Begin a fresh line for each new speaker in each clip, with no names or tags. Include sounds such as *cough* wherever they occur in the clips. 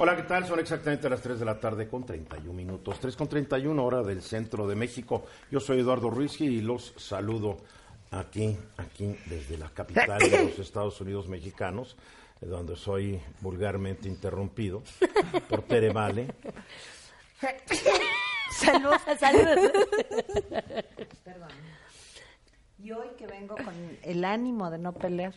Hola, ¿qué tal? Son exactamente las 3 de la tarde con 31 minutos. 3 con 31 hora del centro de México. Yo soy Eduardo Ruiz y los saludo aquí, aquí desde la capital de
*laughs*
los Estados Unidos mexicanos, eh, donde soy vulgarmente interrumpido por Tere Vale.
*coughs*
*laughs*
Salud, salud.
Perdón. Y hoy que vengo con el ánimo de no pelear,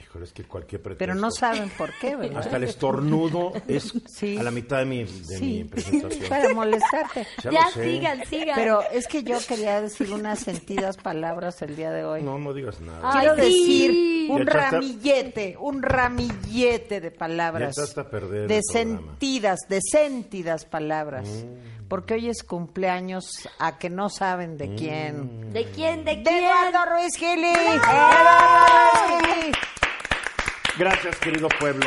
Híjole, es que cualquier pretexto.
pero no saben por qué, ¿verdad?
Hasta el estornudo es
*laughs* Sí.
a la mitad de mi, de mi
Sí,
presentación.
*laughs* para
*laughs*
molestarte.
Ya
Ya
lo sé.
sigan, sigan.
Pero es que yo quería decir unas sentidas palabras el día de hoy.
No, no digas nada.
Ay,
Quiero decir
sí.
un
Ya echaste-
ramillete, un ramillete de palabras.
Ya echaste a perder el
de
programa. Mm.
sentidas, de sentidas palabras. Porque hoy es cumpleaños a que no saben de
Mm.
quién.
¿De quién? ¿De
¡De
quién?
Eduardo Ruiz Gili! ¡Eduardo Ruiz Gili!
Gracias, querido pueblo.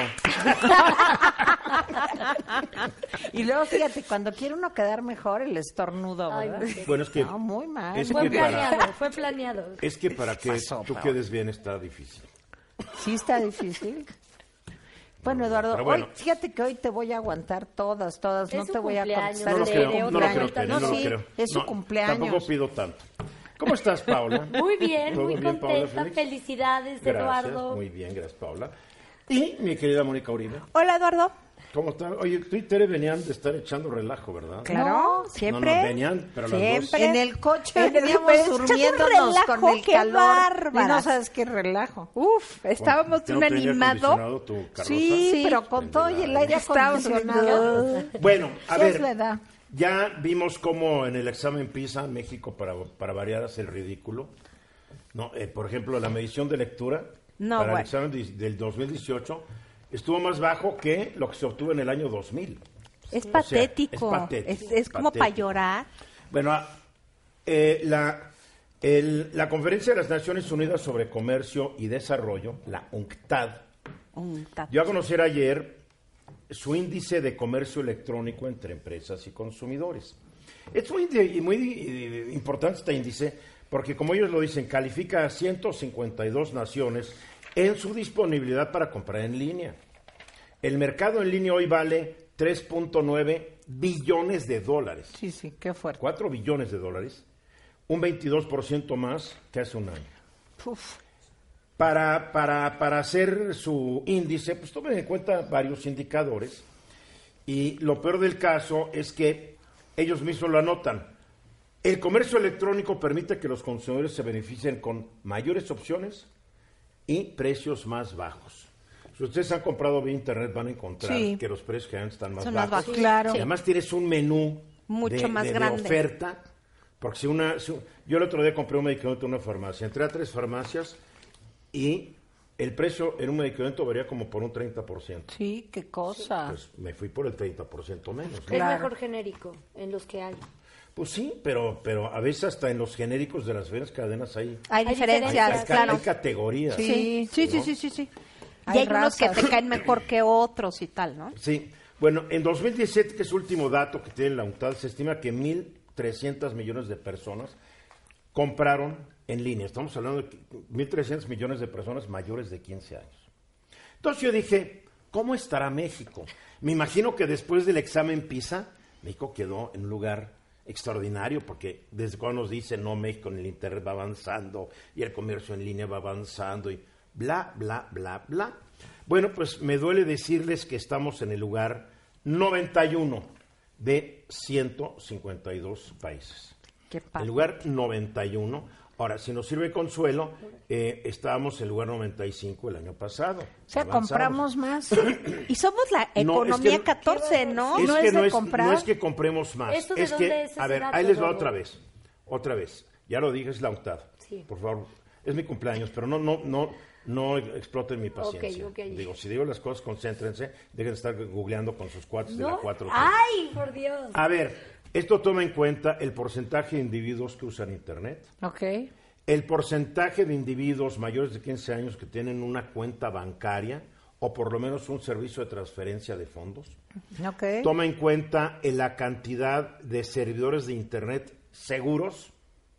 Y luego, fíjate, cuando quiere uno quedar mejor, el estornudo,
Ay,
¿verdad?
no sé.
Bueno, es que,
No, muy mal.
Es
Fue
que para,
planeado, fue planeado.
es que, para que tú quedes bien está difícil.
Sí está difícil. Bueno, Eduardo,
Pero bueno.
hoy, fíjate que hoy te voy a aguantar todas, todas.
Es
No
su
te voy a
cumpleaños,
contestar.
No lo
el
creo,
video
no lo
otra
creo,
vez.
Tere,
No,
no lo
sí,
creo.
es su
No,
cumpleaños.
Tampoco pido tanto. ¿Cómo estás, Paula?
Muy bien,
¿Todo
muy
Paula
contenta.
Félix?
Felicidades,
Gracias,
Eduardo.
Muy bien, gracias, Paula. Y mi querida Mónica Uribe.
Hola Eduardo.
¿Cómo están? Oye, tú y Tere venían de estar echando relajo, ¿verdad?
Claro,
No,
No,
siempre.
no, venían, pero las
Siempre.
En el coche
En el-
veníamos
echando un
durmiéndonos
relajo,
con el
qué
calor. Y
bárbaras.
no sabes qué relajo.
Uf, estábamos de
¿No
un
tenía
animado.
acondicionado tu carroza?
Sí, pero con todo y el aire
Estábamos
acondicionado.
Bueno,
*laughs*
a
Sí, es
ver,
la edad.
ya vimos cómo en el examen PISA México para, para variar hace el ridículo. No, eh, por ejemplo, la medición de lectura
No,
para el
bueno.
examen di- del 2018 estuvo más bajo que lo que se obtuvo en el año 2000.
Es
sea,
patético.
es patético,
Es- es como
patético.
para llorar.
Bueno, ah, eh, la, el- la Conferencia de las Naciones Unidas sobre Comercio y Desarrollo, la UNCTAD,
Un tat-
Yo a conocer ayer su índice de comercio electrónico entre empresas y consumidores. Es muy, de- muy eh, importante este índice porque, como ellos lo dicen, califica a 152 naciones en su disponibilidad para comprar en línea. El mercado en línea hoy vale 3.9 billones de dólares.
Sí, sí, qué fuerte.
4 billones de dólares, un 22% más que hace un año. Para, para, para hacer su índice, pues tomen en cuenta varios indicadores. Y lo peor del caso es que ellos mismos lo anotan. El comercio electrónico permite que los consumidores se beneficien con mayores opciones y precios más bajos. Si ustedes han comprado vía internet, van a encontrar
Sí.
que los precios que dan están más
Son más
bajos.
bajos.
Claro.
Y además tienes un menú
Mucho
de,
más
de- de
grande.
oferta. Porque si una. si un- yo el otro día compré un medicamento en una farmacia. Entré a tres farmacias y el precio en un medicamento varía como por un 30%.
Sí, qué
Ah.
cosa.
Pues me fui por el 30% menos. ¿no?
Claro.
Es mejor genérico en los que hay.
Pues sí, pero, pero a veces hasta en los genéricos de las venas cadenas hay,
Hay
Hay
hay,
diferencias,
hay ca-
claro.
hay categorías.
Sí, sí, sí,
pues, ¿no?
sí, sí, sí.
Hay
Y hay unos que
razas.
te caen mejor que otros y tal, ¿no?
Sí. Bueno, en 2017, que es el último dato que tiene la UNTAD, se estima que 1.300 millones de personas compraron en línea. Estamos hablando de que 1.300 millones de personas mayores de 15 años. Entonces yo dije, ¿cómo estará México? Me imagino que después del examen PISA, México quedó en un lugar extraordinario, porque desde cuando nos dicen, no, México en el Internet va avanzando y el comercio en línea va avanzando y bla, bla, bla, bla. Bueno, pues me duele decirles que estamos en el lugar 91 de 152 países.
Qué
El
padre.
lugar 91. Ahora, si nos sirve consuelo, eh, estábamos en el lugar 95 el año pasado.
O sea,
Avanzamos.
compramos
*coughs*
más.
Y somos la
No, es que
economía
no-
14, ¿no?
Es
no
que
es
no
de
es,
comprar.
no es que compremos más.
¿Esto de
es
dónde
que,
es ese
a ver,
dato,
ahí les va
Eduardo?
otra vez. Otra vez. Ya lo dije, es la octava.
Sí.
Por favor, es mi cumpleaños, pero no, no, no, No exploten mi paciencia.
ok.
Digo, si digo las cosas, concéntrense, dejen de estar googleando con sus cuates de la
No.
4.
Ay, por Dios.
A ver, esto toma en cuenta el porcentaje de individuos que usan Internet,
Ok.
el porcentaje de individuos mayores de 15 años que tienen una cuenta bancaria o por lo menos un servicio de transferencia de fondos.
Ok.
Toma en cuenta en la cantidad de servidores de Internet seguros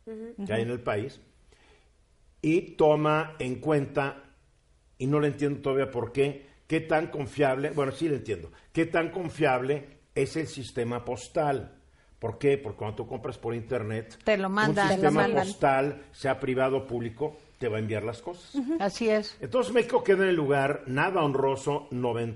que hay en el país. Y toma en cuenta, y no le entiendo todavía por qué, qué tan confiable, bueno, sí le entiendo, qué tan confiable es el sistema postal. ¿Por qué? Porque cuando tú compras por Internet,
Te lo mandan,
un
te lo
sistema
mandan.
postal, sea privado o público, te va a enviar las cosas.
Así es.
Entonces México queda en el lugar nada honroso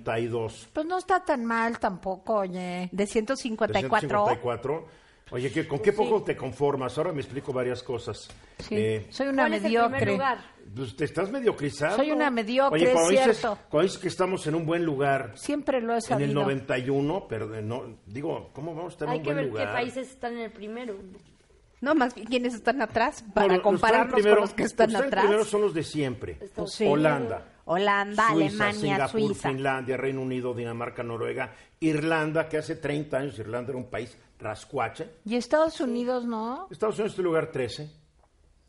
92.
Pues no está tan mal tampoco, oye.
De 154.
354. Oye, ¿qué- ¿con qué poco te conformas? Ahora me explico varias cosas.
Sí.
Eh,
Soy una
¿Cuál es el primer
mediocre.
lugar?
pues, te estás mediocrizando.
Soy una mediocre,
Oye, cuando
es
dices-
cierto.
cuando dices que estamos en un buen lugar,
Siempre lo he
en
sabido.
el 91, pero de no, digo, ¿cómo vamos a estar en
Hay
un
que
buen
ver
lugar?
qué países están en el primero.
No, más bien quienes están atrás
No,
para
los- los
compararnos
que están primero-
con los que están
los que
atrás.
primero son los de siempre.
Pues
sí.
Holanda.
Holanda,
Suiza,
Alemania,
Singapur,
Suiza.
Finlandia, Reino Unido, Dinamarca, Noruega, Irlanda, que hace 30 años Irlanda era un país rascuache.
Y Estados Unidos, ¿no?
Estados Unidos es el lugar 13.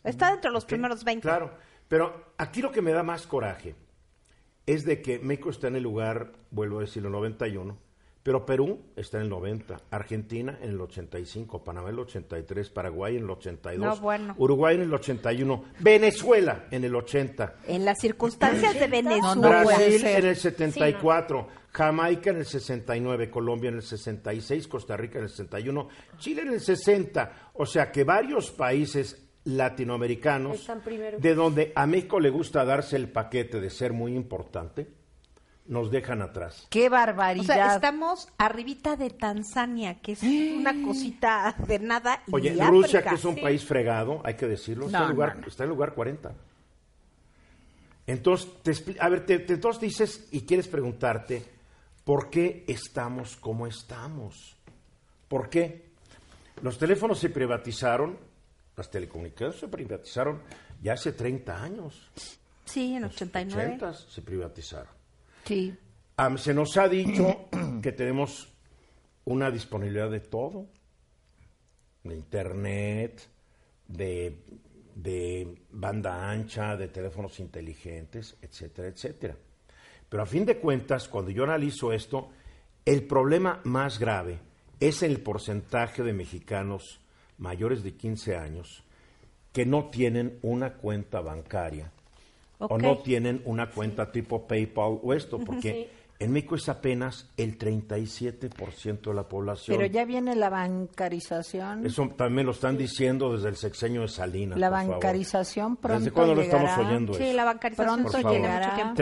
Está dentro de los
¿ok?
primeros 20.
Claro, pero aquí lo que me da más coraje es de que México está en el lugar, vuelvo a decirlo, 91, pero Perú está en el 90, Argentina en el 85, Panamá en el 83, Paraguay en el 82,
No, bueno.
Uruguay en el 81, Venezuela en el 80,
En las circunstancias de Venezuela.
No puede
Brasil
ser.
en el 74, Jamaica en el 69, Colombia en el 66, Costa Rica en el 61, Chile en el 60. O sea que varios países latinoamericanos,
Están primero.
de donde a México le gusta darse el paquete de ser muy importante, nos dejan atrás.
Qué
O
barbaridad.
sea, estamos arribita de Tanzania, que es
*gasps*
una cosita de nada. y
Oye,
de
Rusia,
África.
que es un país fregado, hay que decirlo, está,
No,
en lugar,
no, no.
está en lugar 40. Entonces, te expli- a ver, te, te- entonces dices y quieres preguntarte, ¿por qué estamos como estamos? ¿Por qué? Los teléfonos se privatizaron, las telecomunicaciones se privatizaron ya hace 30 años.
Sí, en
los
89.
80s se privatizaron.
Sí.
Am, se nos ha dicho que tenemos una disponibilidad de todo, de internet, de, de banda ancha, de teléfonos inteligentes, etcétera, etcétera. Pero a fin de cuentas, cuando yo analizo esto, el problema más grave es el porcentaje de mexicanos mayores de 15 años que no tienen una cuenta bancaria o
Ok.
no tienen una cuenta tipo PayPal o esto, porque en México es apenas el 37% de la población.
Pero ya viene la bancarización.
Eso también lo están diciendo desde el sexenio de Salinas.
La
por favor.
bancarización pronto
¿Desde cuándo lo
llegará?
estamos oyendo
Sí,
eso?
la bancarización
Pronto
se
Por
llegará
favor.
mucho tiempo.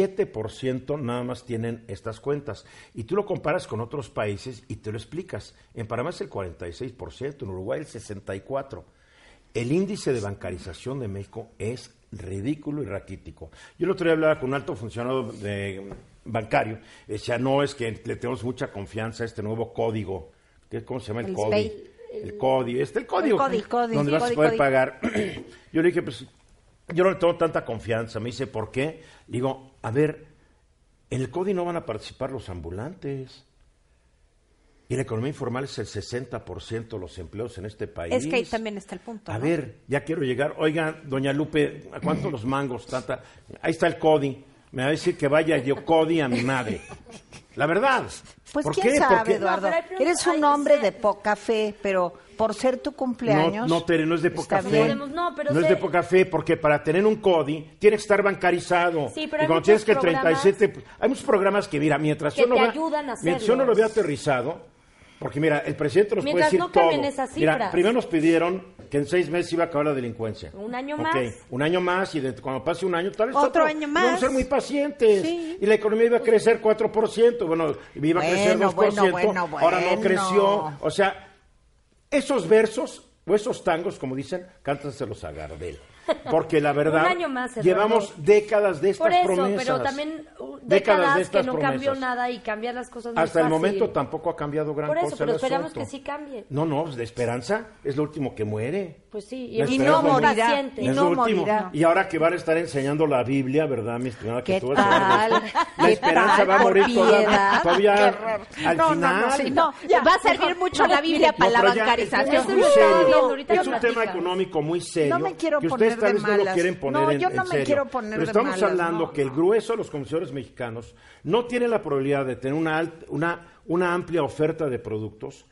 37% nada más tienen estas cuentas. Y tú lo comparas con otros países y te lo explicas. En Panamá es el 46%, en Uruguay el 64%. El índice de bancarización de México es ridículo y raquítico. Yo el otro día hablaba con un alto funcionario de- mm, bancario. Decía, no, es que le tenemos mucha confianza a este nuevo código. ¿Qué- ¿Cómo se llama el,
El
código?
SPEI.
El código, este, el código.
código. El código.
Donde
El
vas a
código,
poder
código.
pagar pagar. *clears throat* Yo le dije, pues, yo no le tengo tanta confianza. Me dice, ¿por qué? Le Digo, a ver, en el CODI no van a participar los ambulantes. Y en la economía informal es el 60% de los empleos en este país.
Es que ahí también está el punto.
A
¿no?
ver, ya quiero llegar. Oiga, doña Lupe, ¿a cuánto los mangos? Tanta? Ahí está el CODI. Me va a decir que vaya yo CODI a mi madre. La verdad.
Pues
¿Por
quién
qué?
sabe,
Porque-
Eduardo.
No, pero hay preguntas-
Eres un
hay
hombre de
ser-
poca fe, pero por ser tu cumpleaños.
No, no, Tere, no es de poca
está
fe.
bien.
Podemos- no, pero
es
sé-
de poca fe, porque para tener un CODI tiene que estar bancarizado.
Sí, pero
y
hay
cuando
muchos
tienes que el
programas-
37... pues, Hay muchos programas que, mira, mientras,
Que
yo, no
te
vea-
ayudan a
mientras yo no lo
hacerlos.
veo aterrizado, porque mira, el presidente nos
Mientras
puede
no
decir
cambien
todo.
esas
Mira,
cifras.
primero nos pidieron que en seis meses iba a acabar la delincuencia.
Un año
Ok,
más.
un año más, y de- cuando pase un año, tal vez...
Otro año más.
Vamos a ser muy pacientes. Y la economía iba a crecer 4%, bueno, iba a crecer
Pues- Bueno,
2%,
bueno, bueno,
ahora no
bueno.
creció. O sea, esos versos o esos tangos, como dicen, cántanselos a Gardel. Porque la verdad,
*laughs* Un año más, Eduardo.
llevamos décadas de estas
Por eso,
promesas.
pero también uh, décadas,
Décadas de
que
estas
no
promesas.
cambió nada y cambiar las cosas no es
Hasta el
fácil.
momento tampoco ha cambiado gran
Por
cosa.
eso, pero
el
esperamos
asunto.
que sí cambie.
No, no, pues, de esperanza es lo último que muere.
Pues sí,
La
Y
hemos
no
esperanza
sido
es-
morirá,
pacientes.
y
es
no
lo último.
morirá.
Y ahora que van a estar enseñando la Biblia, ¿verdad, mi estimada? Que
¿Qué
tú vas a ver
tal?
después. La
*laughs* ¿Qué
esperanza
tal?
va a
Por
morir toda,
piedad.
todavía
Qué raro.
al
No, no,
final.
no, sí,
No,
Ya,
va a servir
mejor,
mucho
no,
la Biblia
No,
para la
pero ya,
bancarización.
Es, es
Eso
muy
lo estaba
serio.
viendo, ahorita
es
lo
un tema
platicas.
económico muy serio.
No me quiero
que
poner
ustedes tal
de
vez no lo
malas.
quieren poner
No,
en,
yo no
en
me
serio.
quiero poner
Pero
de
estamos
malas,
hablando
no.
que el grueso de los consumidores mexicanos no tiene la probabilidad de tener una, alt- una, una amplia oferta de productos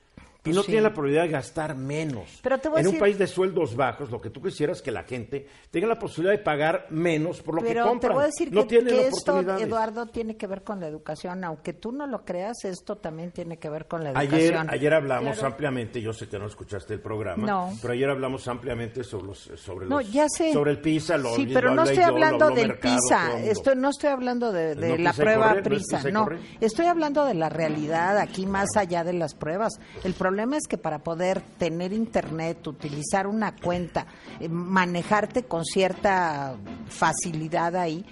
y no
Sí.
tiene la probabilidad de gastar menos.
Pero te voy a
en un
decir-
país de sueldos bajos, lo que tú quisieras es que la gente tenga la posibilidad de pagar menos por lo que
Pero
compran.
te voy a decir
no
que,
tienen
que esto,
oportunidades.
Eduardo, tiene que ver con la educación. Aunque tú no lo creas, esto también tiene que ver con la
Ayer,
educación.
ayer hablamos ampliamente, yo sé que no escuchaste el programa,
No.
pero ayer hablamos ampliamente sobre los, sobre
No,
los-
ya sé.
sobre el PISA, lo,
Sí,
lo
pero no
hablé
estoy
yo, lo
hablando
habló
del
Mercado, todo
PISA.
el mundo.
Estoy, no estoy hablando de, de
No
la
quise
prueba
correr, no
PRISA.
quise
No,
correr.
estoy hablando de la realidad aquí, más allá de las pruebas. El problema es que para poder tener internet, utilizar una cuenta, eh, manejarte con cierta facilidad ahí,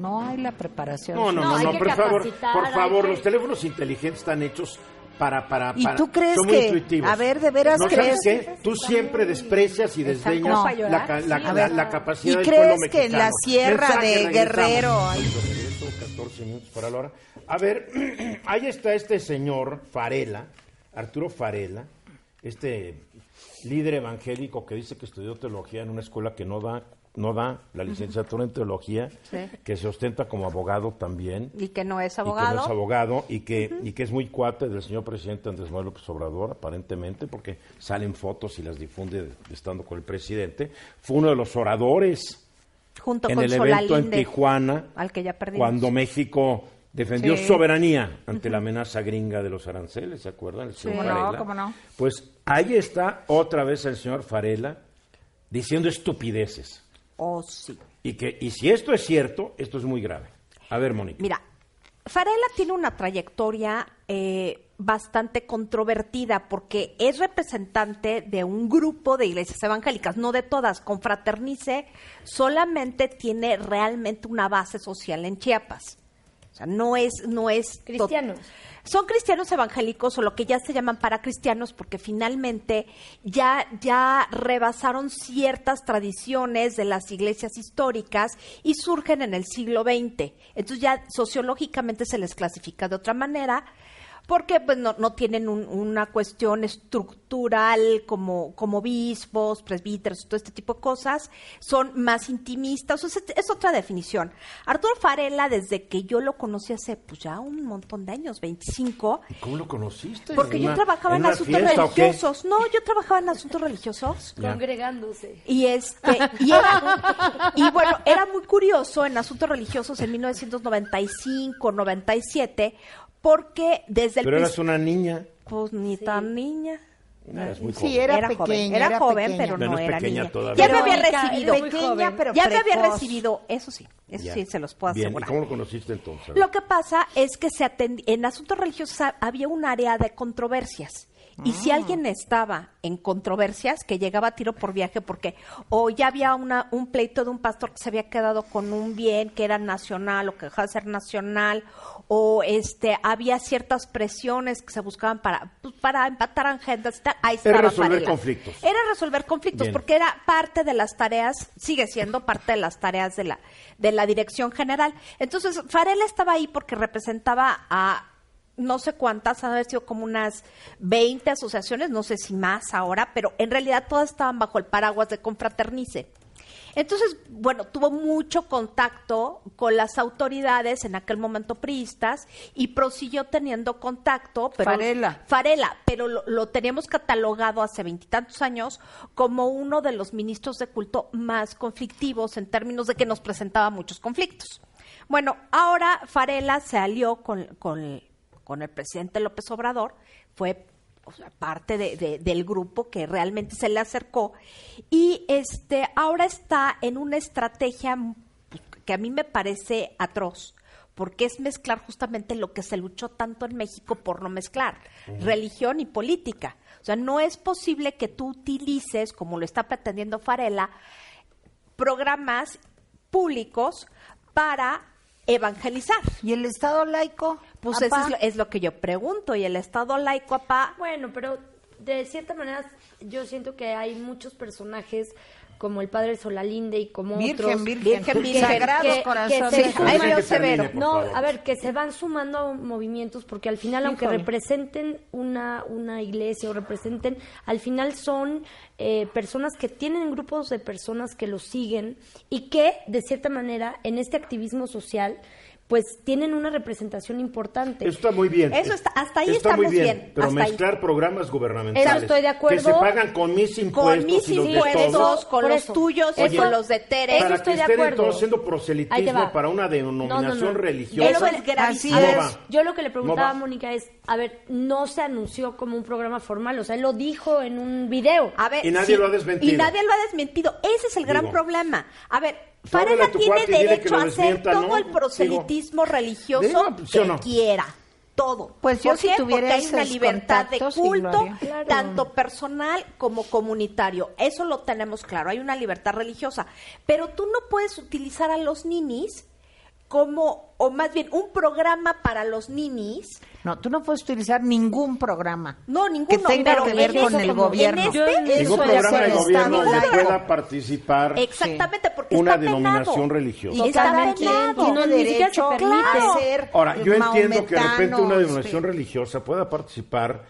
no hay la preparación.
No, no,
No,
no,
hay
no,
que
por favor,
capacitar,
por
hay
favor,
que-
los teléfonos inteligentes están hechos para, para,
¿Y
para-
tú crees
son muy
que-
intuitivos.
a ver, de veras
¿No sabes
crees-
qué? Tú siempre desprecias y
Está
desdeñas
como
la,
para
llorar,
ca- la-
sí,
la-
a ver.
la capacidad
¿Y
del pueblo
crees que en la
mexicano.
sierra
Mensaje,
de
regresamos.
Guerrero hay-
Regreso, 14 minutos para la hora. A ver, *clears throat* ahí está este señor Farela, Arturo Farela, este líder evangélico que dice que estudió teología en una escuela que no da no da la licenciatura en teología,
Sí.
que se ostenta como abogado también
Y que no es
y que no es
abogado.
abogado y que, y que es muy cuate del señor presidente Andrés Manuel López Obrador, aparentemente, porque salen fotos y las difunde estando con el presidente. Fue uno de los oradores
Junto
en
con
el evento en
Solalinde,
Tijuana,
al que ya perdimos.
cuando México defendió
Sí.
soberanía ante la amenaza gringa de los aranceles, ¿se acuerdan? El señor
¿Cómo no?
Varela.
¿Cómo no?
Pues ahí está otra vez el señor Farela diciendo estupideces.
Oh, sí.
Y, que, y si esto es cierto, esto es muy grave. A ver, Mónica.
Mira, Farela tiene una trayectoria eh, bastante controvertida porque es representante de un grupo de iglesias evangélicas, no de todas. Confraternice solamente tiene realmente una base social en Chiapas. O sea, no es, no es to-
Cristianos.
son cristianos evangélicos o lo que ya se llaman paracristianos porque finalmente ya, ya rebasaron ciertas tradiciones de las iglesias históricas y surgen en el siglo XX. Entonces ya sociológicamente se les clasifica de otra manera porque pues no, no tienen un- una cuestión estructural como, como obispos, presbíteros, todo este tipo de cosas, son más intimistas, o sea, es, es otra definición. Arturo Farela, desde que yo lo conocí hace pues ya un montón de años, 25,
¿Cómo lo conociste?
porque
¿En
yo
una-
trabajaba en,
una
asuntos
fiesta o qué?
religiosos, no, yo trabajaba en asuntos religiosos.
Ya.
Congregándose.
Y este, y, era- y bueno, era muy curioso en asuntos religiosos en 1995, 97, porque desde el
Pero
prin-
eras una niña.
Pues ni tan niña.
Eras muy
Sí,
joven.
era,
joven,
pequeña,
era,
era
joven,
pequeña.
pero
Menos
no era
pequeña
niña.
todavía.
Ya me había
Verónica,
recibido.
eres muy joven.
pero
ya me había
precoz.
recibido, eso sí, eso
Ya.
sí, se los puedo
Bien, ¿y
asegurar.
¿Cómo lo conociste entonces?
Lo que pasa es que se atend- en asuntos religiosos ha- había un área de controversias. Y
Ah.
si alguien estaba en controversias, que llegaba a tiro por viaje, porque o ya había una, un pleito de un pastor que se había quedado con un bien que era nacional o que dejaba de ser nacional, o este había ciertas presiones que se buscaban para, pues, para empatar agendas y tal, ahí
Era
estaba
resolver
Varela.
conflictos.
Era resolver conflictos,
Bien.
porque era parte de las tareas, sigue siendo parte de las tareas de la, de la dirección general. Entonces, Farela estaba ahí porque representaba a no sé cuántas, han de haber sido como unas 20 asociaciones, no sé si más ahora, pero en realidad todas estaban bajo el paraguas de Confraternice. Entonces, bueno, tuvo mucho contacto con las autoridades en aquel momento priistas y prosiguió teniendo contacto. Pero,
Farela.
Farela, pero lo, lo teníamos catalogado hace veintitantos años como uno de los ministros de culto más conflictivos en términos de que nos presentaba muchos conflictos. Bueno, ahora Farela se alió con, con- con el presidente López Obrador, fue o sea, parte de- de- del grupo que realmente se le acercó y este ahora está en una estrategia que a mí me parece atroz, porque es mezclar justamente lo que se luchó tanto en México por no mezclar, religión y política. O sea, no es posible que tú utilices, como lo está pretendiendo Farela, programas públicos para evangelizar.
¿Y el Estado laico?
Pues
apá?
eso es lo, es lo que yo pregunto. Y el Estado laico, apá,
Bueno, pero de cierta manera yo siento que hay muchos personajes como el padre Solalinde y como
Virgen,
otros
virgen,
Virgen, virgen.
Sagrados
que-
corazones.
que se-
Ahí
Dejen
veo
que
severo.
termine, por
No,
favor.
a ver, que se van sumando a movimientos porque al final, aunque
Híjole.
representen una, una iglesia o representen, al final son eh, personas que tienen grupos de personas que los siguen y que, de cierta manera, en este activismo social, pues tienen una representación importante.
Eso está muy bien.
Eso está- hasta ahí
está muy
estamos
bien.
bien,
Pero
hasta ahí.
mezclar programas gubernamentales.
Eso estoy de acuerdo.
Que se pagan con mis impuestos.
mis
y los de
impuestos,
todos.
con
Por
los
eso.
tuyos y
Oye,
con los de Tere.
eso
para
estoy
que
de
estén
acuerdo.
entonces haciendo
Ahí te
proselitismo
va.
para una denominación
No, no, no.
religiosa.
Eso es
Así
gravísimo.
No
es.
va.
Yo lo que le preguntaba a
No va.
Mónica es, a ver, no se anunció como un programa formal, o sea, él lo dijo en un video.
A ver,
Y nadie lo ha desmentido.
Y nadie lo ha desmentido. Ese es el gran
Digo.
problema. A ver,
Llámale
Farela
a tu
tiene
cuate y dile que lo
derecho a hacer
desmienta,
todo
¿no?
el proselitismo religioso
Digo, ¿sí o
que
no?
quiera. Todo.
Pues yo
¿Por
si
qué?
tuviera
Porque hay una
esos
libertad de
contactos, sí lo
culto,
haría.
Claro.
tanto personal como comunitario. Eso lo tenemos claro. Hay una libertad religiosa. Pero tú no puedes utilizar a los ninis como, o más bien, un programa para los ninis
No, tú no puedes utilizar ningún programa.
No, ninguno,
Que tenga
pero
que ver
en
con
este-
el gobierno.
en este-
Eso
Ningún
es
programa
el
de gobierno
Estado
donde
laico.
pueda participar
Exactamente, porque
una
está penado.
denominación religiosa.
Y
Está
cada quien
penado.
tiene
No, ni siquiera
derecho
se permite.
a
Claro.
ser
Ahora, yo entiendo que de repente una
maometanos,
denominación
sí.
religiosa pueda participar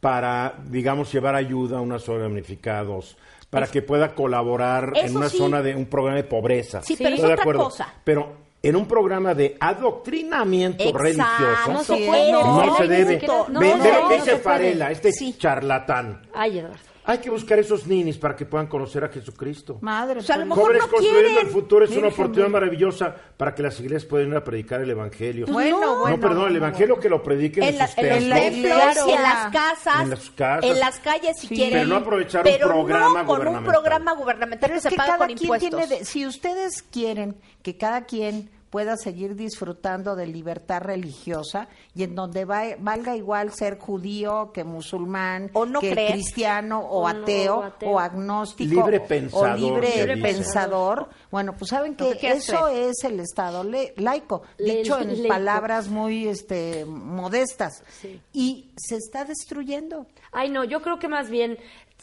para, digamos, llevar ayuda a unas zonas damnificados, para que pueda colaborar en
Eso
una
sí.
zona de un programa de pobreza.
Sí, pero es
Estoy de
otra
acuerdo.
cosa.
Pero en un programa de adoctrinamiento religioso
Exacto,
sí,
pues,
no,
no,
se
no,
debe.
no, no,
Ve- ve lo
no,
que
no
dice
se puede.
Farela, este
Sí.
charlatán.
Ay, Eduardo.
Hay que buscar esos ninis para que puedan conocer a Jesucristo.
Madre,
O sea, a lo
pues,
mejor
Jóvenes
no
construyendo
quieren.
el futuro es una
Virgen
oportunidad
María.
maravillosa para que las iglesias puedan ir a predicar el evangelio.
Bueno,
No,
bueno.
no, perdón, el evangelio que lo prediquen en,
en, la-
sus
en los
la
templos,
templos,
iglesia.
en las casas,
En las casas.
en las calles si
Sí.
quieren.
Pero no aprovechar un
pero no
programa
con un
gubernamental.
programa gubernamental
Pero
que
es
se
que
paga
cada
con
quien
impuestos.
tiene... de- si ustedes quieren que cada quien pueda seguir disfrutando de libertad religiosa y en donde va- valga igual ser judío que musulmán,
O no
que
creer.
cristiano o,
O no,
ateo,
o ateo.
o agnóstico
Libre
o- o
pensador,
libre
se dice.
pensador. Bueno, pues saben que
que quieras
eso es el Estado le- laico,
Le-
dicho en
laico.
palabras muy este, modestas. Y se está destruyendo.
Ay, no, yo creo que más bien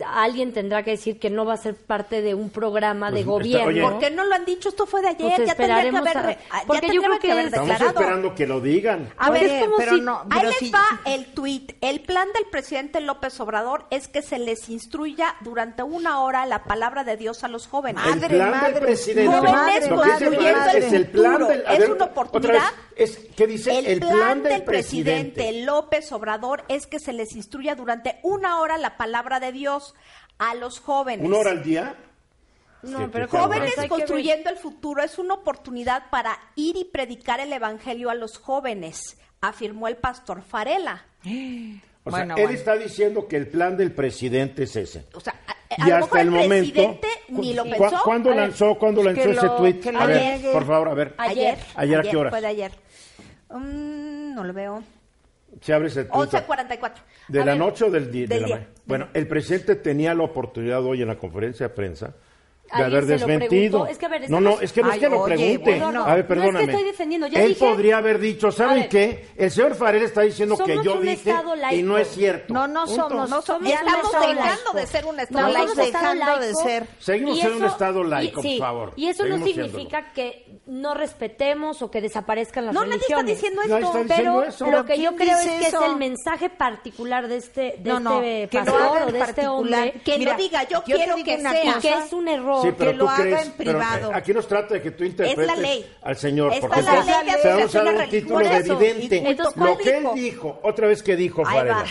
alguien tendrá que decir que no va a ser parte de un programa
Pues,
de
está-
gobierno.
oye,
¿Por qué no lo han dicho? Esto fue de ayer.
Pues
ya tendría que
esperaremos
haber,
a-
re- ya
porque yo
tendría
creo
que
que
haber
es-
Estamos
declarado.
esperando que lo digan.
A ver,
Oye,
es como
pero
si-
no,
Ahí
pero
les
sí-
*laughs* va el tuit. El plan del presidente López Obrador es que se les instruya durante una hora la palabra de Dios a los jóvenes.
El
Madre,
plan
madre,
del presidente.
jóvenes
lo que dice
construyendo
Farela
el
es el plan
futuro.
del, a
Es
ver,
una
otra
oportunidad.
vez, es, ¿Qué dice?
El, plan, del, presidente. López Obrador es que se les instruya durante una hora la palabra de Dios a los jóvenes.
Una hora al día. Sí,
no,
pues,
pero ¿cómo
Jóvenes
ves? Hay que ver.
construyendo el futuro es una oportunidad para ir y predicar el evangelio a los jóvenes, afirmó el pastor Farela.
O sea,
Bueno,
él
bueno.
está diciendo que el plan del presidente es ese.
O sea, Eh, a, a
Y
lo mejor
hasta el momento.
presidente ni lo
¿cu-
pensó.
¿Cuándo
A ver,
lanzó, cuándo
pues,
lanzó
que
ese
lo-
tweet?
que lo
A ver,
niegue.
por favor, a ver.
Ayer.
¿Ayer a qué horas?
Fue de ayer. Mm, no lo veo.
Se abre ese tweet.
11.44.
¿De
A
la
ver,
noche o del día?
del
de la
día.
ma- Bueno, el presidente tenía la oportunidad hoy en la conferencia de prensa de
Alguien
haber
se lo
desmentido.
preguntó. Es que, a ver, es
no,
que
no,
no-
es que no
Ay,
es que lo
oye,
pregunte.
bueno, no.
a ver,
No, es que
perdóname.
estoy defendiendo. Ya
Él
dije-
podría haber dicho,
A
¿saben
ver.
qué? El señor Farel está diciendo que
Somos
yo
un
dije
Estado
y no
laico.
es cierto.
No, no
Punto.
somos.
No somos-
Ya
estamos
somos
dejando
laico.
de ser un Estado
Estamos
laico.
dejando de ser.
Seguimos
Y
siendo un
eso-
Estado laico,
y- sí,
por favor.
Y eso no
Seguimos siéndolo.
significa que no respetemos o que desaparezcan las
No, nadie
religiones.
está diciendo
Nadie
esto.
está diciendo
pero
eso.
lo que
¿Quién
yo creo es
dice
que
eso?
es el mensaje particular de este, de
No, no,
este
que lo
pastor
haga
o
en
de este
particular.
hombre
Que
Mira,
no diga, yo,
yo te
quiero
digo
que
una
sea.
cosa.
que es un error.
Sí, pero
que lo
tú
haga
crees,
en
pero, eh,
privado.
aquí nos trata de que tú interpretes
ley.
al señor,
Esta
porque
es la
entonces
ley de
se va a
educación
usar un
religiosa.
título
Por
de
eso,
evidente.
y punto.
Lo que él
¿Cuál
dijo, otra vez que dijo
Ahí va,
Farela.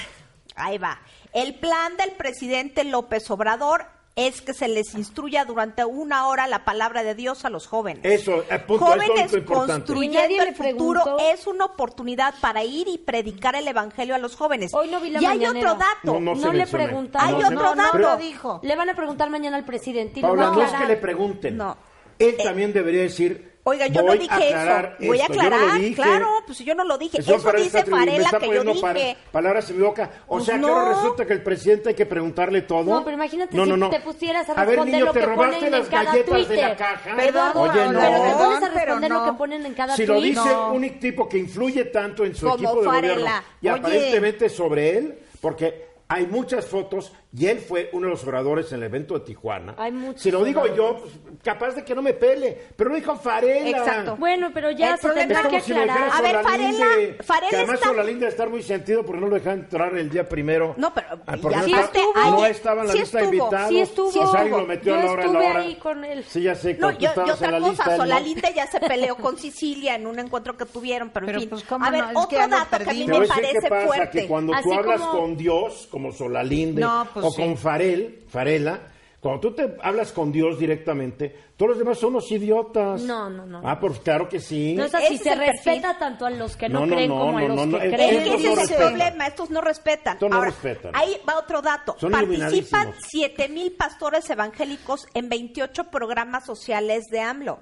ahí va. El plan del presidente López Obrador es que se les instruya durante una hora la palabra de Dios a los jóvenes.
Eso, eh, punto, eso es
jóvenes
lo importante.
Y
construyendo
nadie
el
le
futuro
preguntó.
es una oportunidad para ir y predicar el evangelio a los jóvenes.
Hoy no vi la
y hay
mañanera.
otro dato.
No, no. se
le
menciona.
preguntaron.
Hay otro
no,
dato.
No, lo dijo.
Le van a preguntar mañana al presidente y lo
Paula,
va a
no es
aclarar.
que le pregunten.
No. Eh,
Él también debería decir,
Oiga, yo
Voy
no
a
dije
aclarar
eso. Voy a
esto. Yo no lo
aclarar,
dije.
claro, pues yo no lo dije.
El señor
Eso
Farel
dice
está atribu- me
Farela
está
que yo
poniendo
dije.
par- palabras en mi boca. O
Pues
sea, que ahora
no.
resulta que el presidente hay que preguntarle todo.
No, pero imagínate si te pusieras a
ver,
responder
niño,
lo
te
que
robaste
ponen en
las
cada
galletas
Twitter.
de la caja.
Perdón,
Oye,
pero
no.
te pones a
Perdón, pero
responder lo
no.
que ponen en cada
si
tweet.
lo dice
No.
un tipo que influye tanto en su
Como
equipo de
Farela.
gobierno y
Oye.
aparentemente sobre él, porque hay muchas fotos y él fue uno de los oradores en el evento de Tijuana.
Hay muchos
si lo digo
oradores.
yo, pues, capaz de que no me pele, pero lo dijo Farela.
Exacto.
Bueno, pero ya
El
se
problema
Es
tendrá
Hay
como
que
si me
aclarar.
dijera
A ver,
Solalinde,
Farela- Farela
que además
está-
Solalinde de estar muy sentido porque no lo dejaron entrar el día primero.
No, pero-
Ah, porque
y
no,
sí
estaba-
estuvo.
no
Ayer-
estaba en la
sí
lista
estuvo,
de invitados.
sí estuvo.
pues alguien lo metió a
Yo
la hora a la
estuve
hora.
ahí con él.
Sí, ya sé.
No,
cuando tú
yo,
estabas
yo
en la
otra
lista,
cosa,
él no.
Solalinda ya se peleó con Sicilia en un encuentro que tuvieron, pero en
Pero,
fin.
pues, ¿cómo
a ver,
no? Es que
otro
ya nos
dato que a mí
Te
perdimos.
voy a
me
decir
parece
qué pasa,
fuerte.
que cuando
Así
tú hablas
como-
con Dios, como Solalinde,
No, pues
o
sí.
con Farel, Farela, cuando tú te hablas con Dios directamente, todos los demás son unos idiotas.
No, no, no.
Ah, pues claro que sí.
No es
Ese
así,
es
se
el perfil.
respeta tanto a los que no,
No, no,
creen
no,
como a
no,
los
no,
que
no,
creen.
Es que
Estos
ese
no
es el
respetan.
problema, estos no respetan.
Estos no
Ahora,
respetan.
ahí va otro dato.
Son
Participan
iluminadísimos.
7 mil pastores evangélicos en 28 programas sociales de AMLO.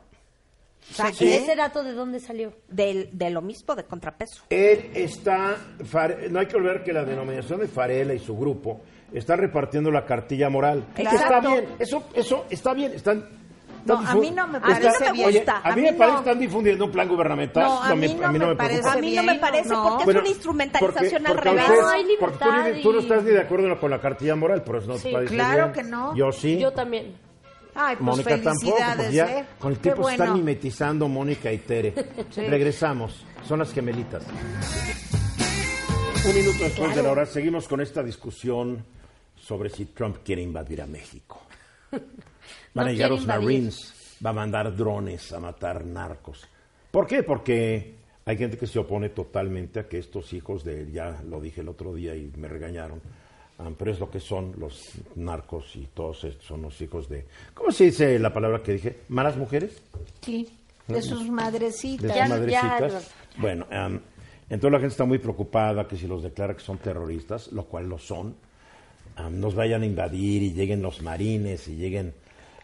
O sea,
¿Y
es
ese dato de dónde salió?
del, del obispo de contrapeso.
Él está, Fare- no hay que olvidar que la denominación de Farela y su grupo están repartiendo la cartilla moral.
Exacto.
Está bien, eso, eso está bien, están... están
No, a
difu-
mí no me
están-
parece bien.
oye, a, mí me
no.
parece que están difundiendo un plan gubernamental.
No, a mí no me parece
preocupa.
A mí no me
bien,
parece
no.
porque
Bueno,
es una instrumentalización
porque- porque
al revés.
ustedes-
No, hay
porque tú ni-
libertad
tú no
y-
estás ni de acuerdo con la cartilla moral, pero eso no
Sí,
te parece
claro
bien.
que no.
Yo sí.
Yo también.
Ay, pues
Mónica tampoco,
felicidades,
porque ya
¿eh?
con el
Qué
tiempo se están
bueno.
mimetizando Mónica y
*laughs*
Tere. Regresamos, son las gemelitas. Un minuto después de la hora, seguimos con esta discusión sobre si Trump quiere invadir a México. Van
No
a llegar
quiere
los
invadir.
Marines, va a mandar drones a matar narcos. ¿Por qué? Porque hay gente que se opone totalmente a que estos hijos de él, ya lo dije el otro día y me regañaron, ah, pero es lo que son los narcos y todos estos son los hijos de... ¿Cómo se dice la palabra que dije? ¿Malas mujeres?
Sí, de sus
de
madrecitas.
sus
Ya,
madrecitas.
ya,
Bueno, em, entonces la gente está muy preocupada que si los declara que son terroristas, lo cual lo son, em, nos vayan a invadir y lleguen los marines y lleguen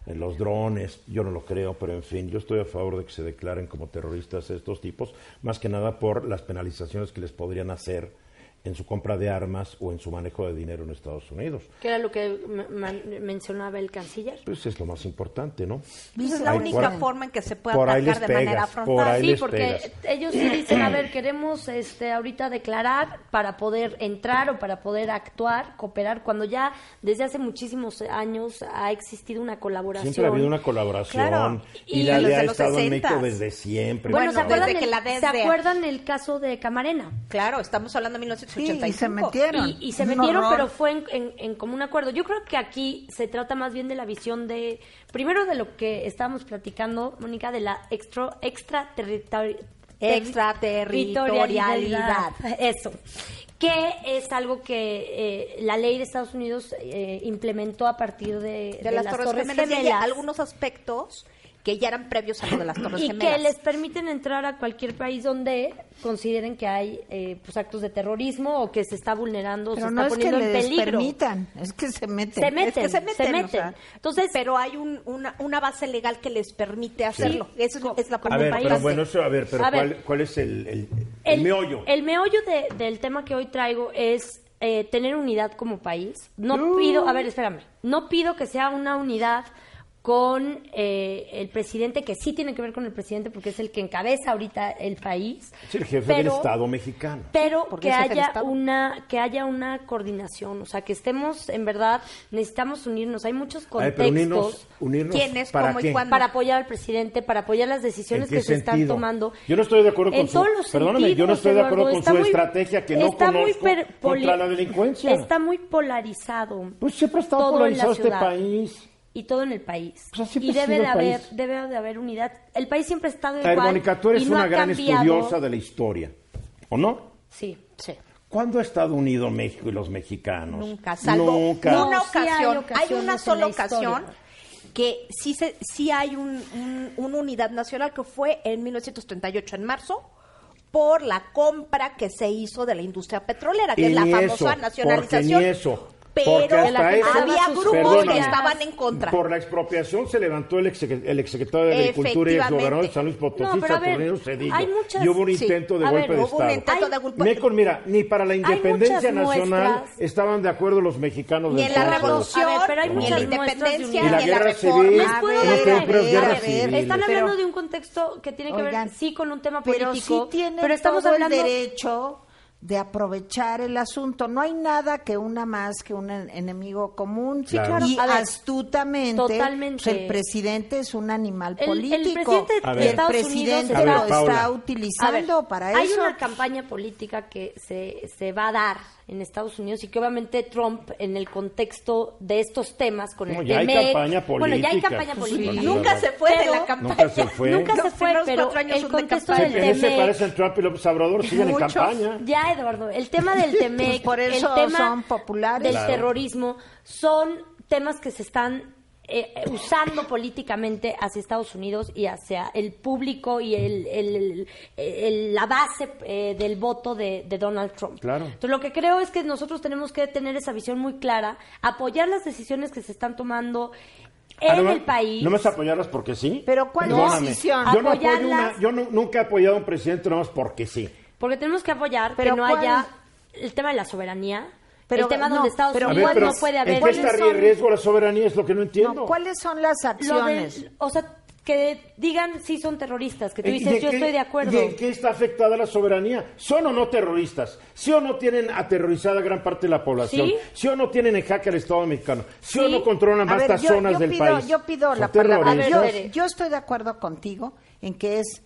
eh, los drones. Yo no lo creo, pero en fin, yo estoy a favor de que se declaren como terroristas estos tipos, más que nada por las penalizaciones que les podrían hacer en su compra de armas o en su manejo de dinero en Estados Unidos.
Que era lo que me- me- mencionaba el canciller.
Pues es lo más importante, ¿no?
Pues Es la
Ay,
única
por-
forma en que se puede
por ahí
atacar de
les
manera
pegas,
frontal.
por ahí
Sí,
les
porque
pegas.
ellos sí dicen, a ver, queremos este ahorita declarar para poder entrar o para poder actuar, cooperar, cuando ya desde hace muchísimos años ha existido una colaboración.
Siempre ha habido una colaboración
Claro.
y,
Y
la
desde
DEA ha
los
estado en
60s.
México desde siempre.
Bueno,
Bueno,
¿se, acuerdan
desde
el,
que la
¿se
desde-
acuerdan el caso de Camarena?
Claro, estamos hablando de
Sí,
1985.
y se metieron.
Y, y se
Un
metieron,
horror.
pero fue en, en- en común acuerdo. Yo creo que aquí se trata más bien de la visión de, primero de lo que estábamos platicando, Mónica, de la extra, extraterritori-
Extraterritorialidad.
Eso. Que es algo que eh, la ley de Estados Unidos eh, implementó a partir de,
de las, Torres, Gemelas. Y hay algunos aspectos que ya eran previos a lo de las Torres
y
Gemelas.
que les permiten entrar a cualquier país donde consideren que hay eh, pues, actos de terrorismo o que se está vulnerando,
Pero
se
no
está
es que
poniendo en
les
peligro.
permitan, es que se meten.
Se meten,
Es que se meten,
se
o
meten.
sea,
Entonces,
pero hay un- una, una base legal que les permite hacerlo. Eso es, lo- es la
a
como
ver,
país.
pero bueno, eso, a ver, pero
A
¿cuál,
ver.
cuál es el, el, el meollo?
el meollo de- del tema que hoy traigo es eh, tener unidad como país. No pido, a ver, espérame, no pido que sea una unidad con eh, el presidente, que sí tiene que ver con el presidente porque es el que encabeza ahorita el país.
es el jefe del
pero-
Estado mexicano.
pero
Porque
que
es jefe de
haya
Estado.
una que haya una coordinación o sea que estemos en verdad necesitamos unirnos hay muchos
A ver, pero
contextos
unirnos, unirnos
¿Quiénes,
¿para
cómo y
qué?
cuándo?
para apoyar al presidente para apoyar las decisiones
¿En qué
que se están
sentido?
tomando
Yo no estoy de acuerdo con
en
su-
todos los
perdóname, yo no
sentidos,
estoy de acuerdo
Eduardo.
con
Está
su
muy-
estrategia que no
está muy
conozco
per-
contra
poli-
la delincuencia.
está muy polarizado
Pues siempre ha estado
todo en la
polarizado este
ciudad.
país.
y todo en el país.
Pues así
y
ha
debe
sido
de
el
haber,
país.
debe de haber unidad. El país siempre ha estado
A ver,
igual.
Mónica, tú eres
y no
una
ha
gran
cambiado.
estudiosa de la historia, ¿o no?
Sí, sí.
¿Cuándo ha estado unido México y los mexicanos?
Nunca, salvo
Nunca.
una
No, sí hay
ocasión. hay,
ocasiones en
una
la
sola
historia.
ocasión que sí, se, sí hay un- un- una unidad nacional que fue en 1938, en marzo, por la compra que se hizo de la industria petrolera, que
Y
es la
ni
famosa
eso, porque
nacionalización.
ni eso.
pero
hasta eso-
había grupos
Perdóname.
que estaban en contra.
Por la expropiación se levantó el, ex, el exsecretario de Agricultura y
Efectivamente.
exgobernador de San Luis Potosí,
No, pero a ver,
Saturnino Cedillo.
hay muchas-
y hubo un
sí.
intento de
A
golpe
ver,
de
hubo un
Estado.
intento de golpe-
Necon, mira, ni para la independencia
muchas
nacional
muestras.
estaban de acuerdo los mexicanos
Ni
de
en la
entonces.
revolución,
A ver, pero hay
ni en la
muchas muestras de
independencia,
Y la
ni en la
guerra civil.
reforma.
Les
A
puedo
ver,
decir
no, pero es guerra
a ver,
civil.
Están
Pero-
hablando de un contexto que tiene que
Oigan,
ver, sí, con un tema
pero sí
político.
tienen
Pero estamos
todo
hablando.
el derecho de aprovechar el asunto. No hay nada que una más que un en- enemigo común.
Sí, claro.
Y
A ver,
astutamente,
totalmente.
pues, el presidente es es un animal
El- el
político.
presidente
de A
y
ver.
el
Estados
Unidos
presidente
está- A
lo
ver, Paula.
está
A
utilizando
ver,
para
hay
eso.
una campaña política que se, se va a dar en Estados Unidos y que obviamente Trump en el contexto de estos temas con
No,
el
ya hay
TMEC,
campaña
Bueno, ya hay
política.
campaña
Sí,
política.
claro.
Nunca se fue de la
Pero-
campaña.
Nunca se fue.
Nunca se
Los
fue,
primeros
pero
cuatro años
el
son de
contexto
campaña.
del E
Sí, que se
TMEC.
parecen Trump y López Obrador, siguen en
Muchos.
campaña.
Ya, Eduardo, el
*laughs*
tema del
Pues
TEMEC,
por eso
el tema
son populares.
del
Claro.
terrorismo, son temas que se están eh, eh, usando políticamente hacia Estados Unidos y hacia el público y el, el- el- la base eh, del voto de, de Donald Trump.
Claro.
Entonces, lo que creo es que nosotros tenemos que tener esa visión muy clara, apoyar las decisiones que se están tomando en
Ah, no me-
el país.
No me vas a apoyarlas porque sí.
Pero, ¿cuál
Perdóname.
decisión?
Yo, no apoyo
Apoyarlas.
una- yo nu- nunca he apoyado a un presidente nada más porque sí.
Porque tenemos que apoyar
Pero
que no
¿cuál?
haya el tema de la soberanía,
Pero
el tema
no,
donde Estados
pero
A
Unidos
ver, pero
no puede haber.
¿En qué está
¿Cuáles son
en riesgo la soberanía? Es lo que no
No,
entiendo.
¿Cuáles son las
lo del-
acciones?
o sea, que digan si son terroristas, que tú
¿Y
dices,
en
yo
Eh, qué-
estoy de acuerdo.
¿Y en qué está afectada la soberanía? ¿Son o no terroristas? ¿Sí o no tienen aterrorizada gran parte de la población?
Sí.
¿Sí, o no tienen en jaque al Estado mexicano? ¿Sí, o
Sí.
no controlan
A ver,
vastas
yo-
zonas
yo
del
pido-
país?
Yo pido
¿Son
la palabra. A ver,
terroristas?
yo, yo estoy de acuerdo contigo en que es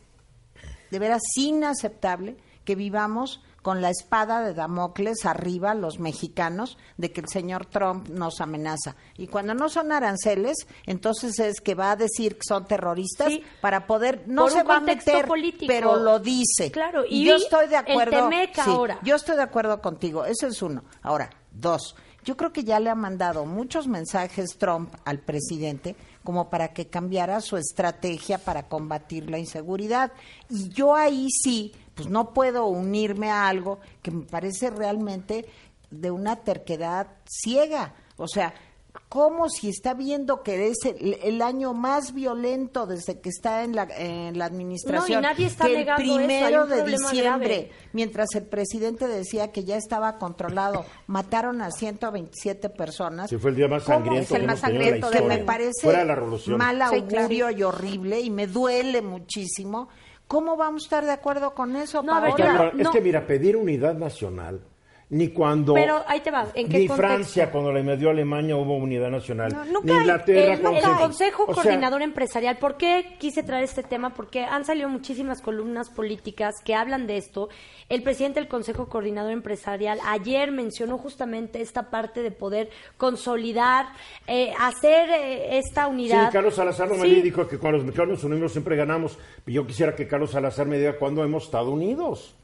de veras inaceptable que vivamos con la espada de Damocles arriba los mexicanos de que el señor Trump nos amenaza. Y cuando no son aranceles, entonces es que va a decir que son terroristas
Sí.
para poder no
Por
se
un
va a
contexto
meter,
político.
pero lo dice.
Claro, y
yo
vi
estoy de
el
acuerdo.
Temec
sí,
ahora.
yo estoy de acuerdo contigo, eso es uno. Ahora, dos, yo creo que ya le ha mandado muchos mensajes Trump al presidente como para que cambiara su estrategia para combatir la inseguridad. Y yo ahí sí, pues no puedo unirme a algo que me parece realmente de una terquedad ciega. O sea, como si está viendo que es el, el año más violento desde que está en la, en la administración?
nadie está
que el
negando eso, hay un
primero de
problema
diciembre
grave.
mientras el presidente decía que ya estaba controlado, mataron a 127 personas.
Sí, fue el día más
¿Cómo?
sangriento
Es el
que
más
hemos tenido en la
sangriento que
historia.
me parece
Fuera de la revolución.
mal
Sí, claro.
augurio y horrible y me duele muchísimo. ¿Cómo vamos a estar de acuerdo con eso,
No, a ver,
Ya,
yo
Paola?
pero
no-
Es que mira, pedir unidad nacional, ni cuando...
Pero ahí te va, ¿en qué
Ni
contexto?
Francia, cuando le medió a Alemania, hubo unidad nacional.
No,
ni
nunca hay-
Inglaterra,
el,
cuando
el
se-
Consejo
O sea,
Coordinador Empresarial, ¿por qué quise traer este tema? Porque han salido muchísimas columnas políticas que hablan de esto. El presidente del Consejo Coordinador Empresarial ayer mencionó justamente esta parte de poder consolidar, eh, hacer eh, esta unidad.
Sí, Carlos Salazar
Sí.
Lomelí dijo que cuando los mexicanos nos unimos siempre ganamos. Y Yo quisiera que Carlos Salazar me diga cuándo hemos estado unidos.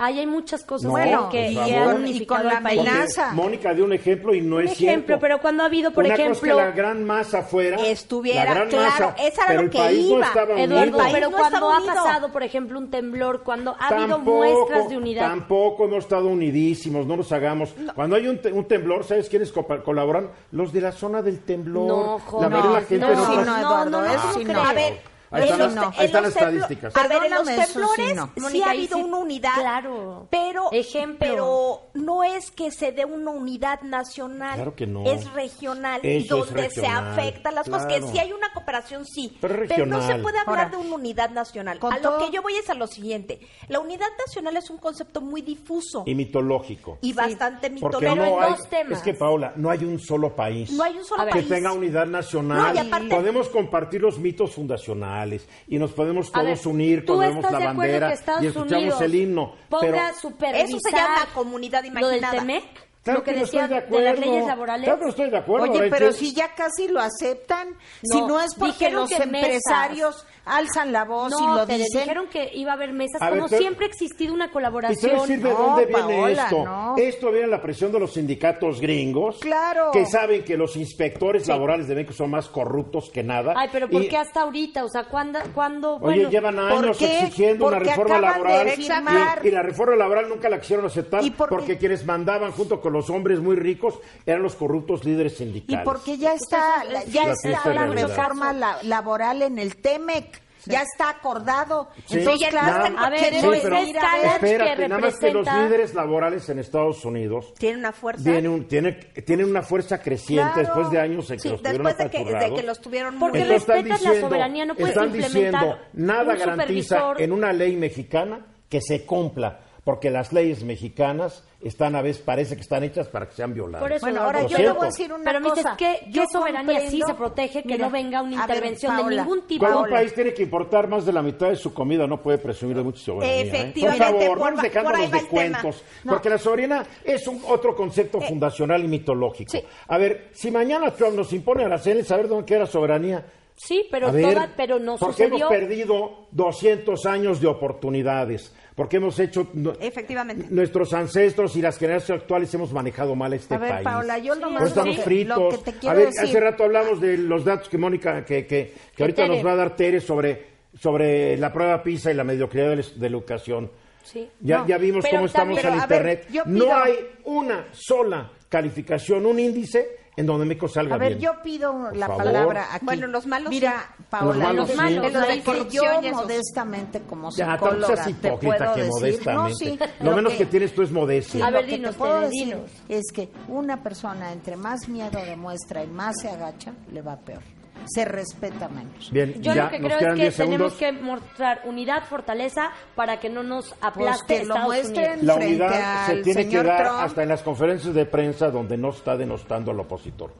Ahí hay muchas cosas
No,
Bueno,
que,
por favor.
que han
Y con
unificado
la
el país.
Porque
Amenaza.
Mónica dio un ejemplo y no
Un
es
ejemplo,
cierto.
pero cuando ha habido, por
Una cosa
ejemplo,
es que la gran masa fuera.
estuviera,
la gran
claro,
masa,
esa era
pero
lo
el
que
país No
iba,
estaba
Eduardo,
unido.
El país
pero
no
cuando
está
ha
unido.
pasado, por ejemplo, un temblor, cuando ha habido
Tampoco,
muestras de unidad.
Tampoco hemos estado unidísimos, no nos hagamos. Cuando hay un, te- un temblor, ¿sabes quiénes copa- colaboran? Los de la zona del temblor.
No,
la
joven,
mayoría de la gente
no,
en
sí,
otras-
no,
pues no,
Eduardo,
no, no,
eso
no
sí
creo.
no.
A ver,
¿eh? Ahí
en
están las-
los, te-
ahí
en
están
los
las
templo-
estadísticas.
A ver, en los
Perdóname, eso sí
temblores
no.
sí,
Mónica,
ha
ahí
habido
sí,
una unidad,
claro.
pero,
Ejemplo.
pero no es que se dé una unidad nacional,
Claro que no.
es regional, y
Eso es
donde
regional,
se afectan las cosas, que
claro.
si hay una cooperación sí,
Pero es
no se
regional.
puede hablar
Ahora,
de una unidad nacional.
con
A
todo-
lo que yo voy es a lo siguiente, la unidad nacional es un concepto muy difuso
Y
y,
mitológico.
bastante
Porque
mitológico.
no
en
hay,
dos temas.
Es que, Paula, no hay un solo país.
No hay un solo
A ver.
que
país.
tenga unidad nacional.
No, y aparte-
podemos compartir los mitos fundacionales y nos podemos
A
todos
ver,
unir
¿tú
cuando vemos
estás
la
de acuerdo
bandera
que Estados
y escuchamos
Unidos
el himno.
Ponga
pero
a supervisar
Eso se llama comunidad
Lo del
imaginada.
TEMEC,
claro
lo que,
no estoy
decía
de,
de,
acuerdo.
las leyes laborales.
Claro que no estoy de acuerdo. ¿eh?
Oye,
Ahora,
pero
entiendo-
si ya casi lo aceptan, si
No,
no es porque
dijeron
los
que mesas.
empresarios alzan la voz y
no,
lo
Tere,
dicen.
dijeron que iba a haber mesas,
A ver,
como
pero-
siempre ha existido una
Y te voy a
colaboración.
decir de
No,
dónde viene
Paola,
esto.
no.
Esto viene la presión de los sindicatos gringos.
Claro.
Que saben que los inspectores laborales de México son más corruptos que nada.
Ay, pero ¿por
Y-
qué hasta ahorita? O sea, ¿cuándo? cuándo
Oye,
bueno,
llevan
¿por
años
qué?
exigiendo una
Porque
reforma
acaban de
laboral
firmar.
y, y la reforma laboral nunca la quisieron aceptar
¿Y por qué?
porque quienes mandaban junto con los hombres muy ricos eran los corruptos líderes
Y
sindicales.
porque ya está,
Entonces, es-
ya
la
está
triste
Pues la
realidad.
reforma la- laboral en el TEMEC. Ya está acordado.
Sí,
Entonces,
ya
claro,
están-
a ver,
quieren
no
sí, pero este
venir a ver.
escala-
espérate,
que
nada más que los
representa-
líderes laborales en Estados Unidos
Tienen una fuerza.
tienen, un- tienen, tienen una fuerza creciente
Claro.
después de años en que
Sí,
los tuvieron
después de que, de
apachurrados.
que los tuvieron
Porque
muy-
Entonces están
respetas la
diciendo-
soberanía, no puedes
están
implementar
diciendo, nada
un
garantiza
supervisor.
en una ley mexicana que se cumpla, porque las leyes mexicanas están a veces parece que están hechas para que sean violadas.
Por eso,
Bueno, ahora
Por
yo te voy
cierto.
a decir una
Pero me dices,
cosa.
¿qué-
Yo
qué soberanía sí
comprendo-
se protege que no venga una
a ver,
intervención de ningún tipo?
Cuando un
Paola,
país tiene que importar más de la mitad de su comida, no puede presumir de mucha soberanía. ¿eh?
Efectivamente,
Por favor,
por-
vamos
por ahí
dejándonos
va
de
el tema.
cuentos.
No. Eh,
Porque la soberanía es un otro concepto fundacional y mitológico.
sí.
A ver, si mañana Trump nos impone araceles, saber dónde queda la soberanía.
Sí, pero
A ver,
toda- pero no
porque
sucedió.
hemos perdido 200 años de oportunidades, porque hemos hecho no-
Efectivamente.
nuestros ancestros y las generaciones actuales hemos manejado mal este
A ver,
país.
Paola, yo nomás
No
lo
estamos
que-
fritos.
lo que te
a
quiero
ver,
decir-
hace rato hablamos de los datos que Mónica, que, que, que ahorita
Tere.
nos va a dar Tere sobre, sobre la prueba PISA y la mediocridad de la, de la educación.
Sí.
Ya,
No,
ya vimos
pero
cómo estamos
también-
en
Pero, a ver,
Internet.
yo pido-
no hay una sola calificación, un índice en donde México salga
A ver,
bien.
yo pido la
favor.
palabra aquí.
Bueno, los malos
Mira,
sí.
Paola,
Los malos Los sí. malos,
de lo
¿no?
que
Hay corrupción
yo
y esos.
modestamente como
Ya, tampoco
psicóloga
seas
te
hipócrita
puedo
que
decir, no,
modestamente.
sí,
Lo
lo
menos que tienes tú es modestia.
A
lo
ver,
que te
dinos,
puedo
Tere,
decir
dinos.
es que una persona entre más miedo demuestra y más se agacha, le va peor. Se respeta menos.
Bien,
Yo
ya
lo que
nos
creo
quedan 10
es que tenemos
segundos.
que mostrar unidad, fortaleza, para que no nos
Pues
aplaste
que lo
Estados
muestren
Unidos.
La
frente
unidad se
al
tiene que
señor
dar
Trump.
hasta en las conferencias de prensa donde no está denostando al opositor.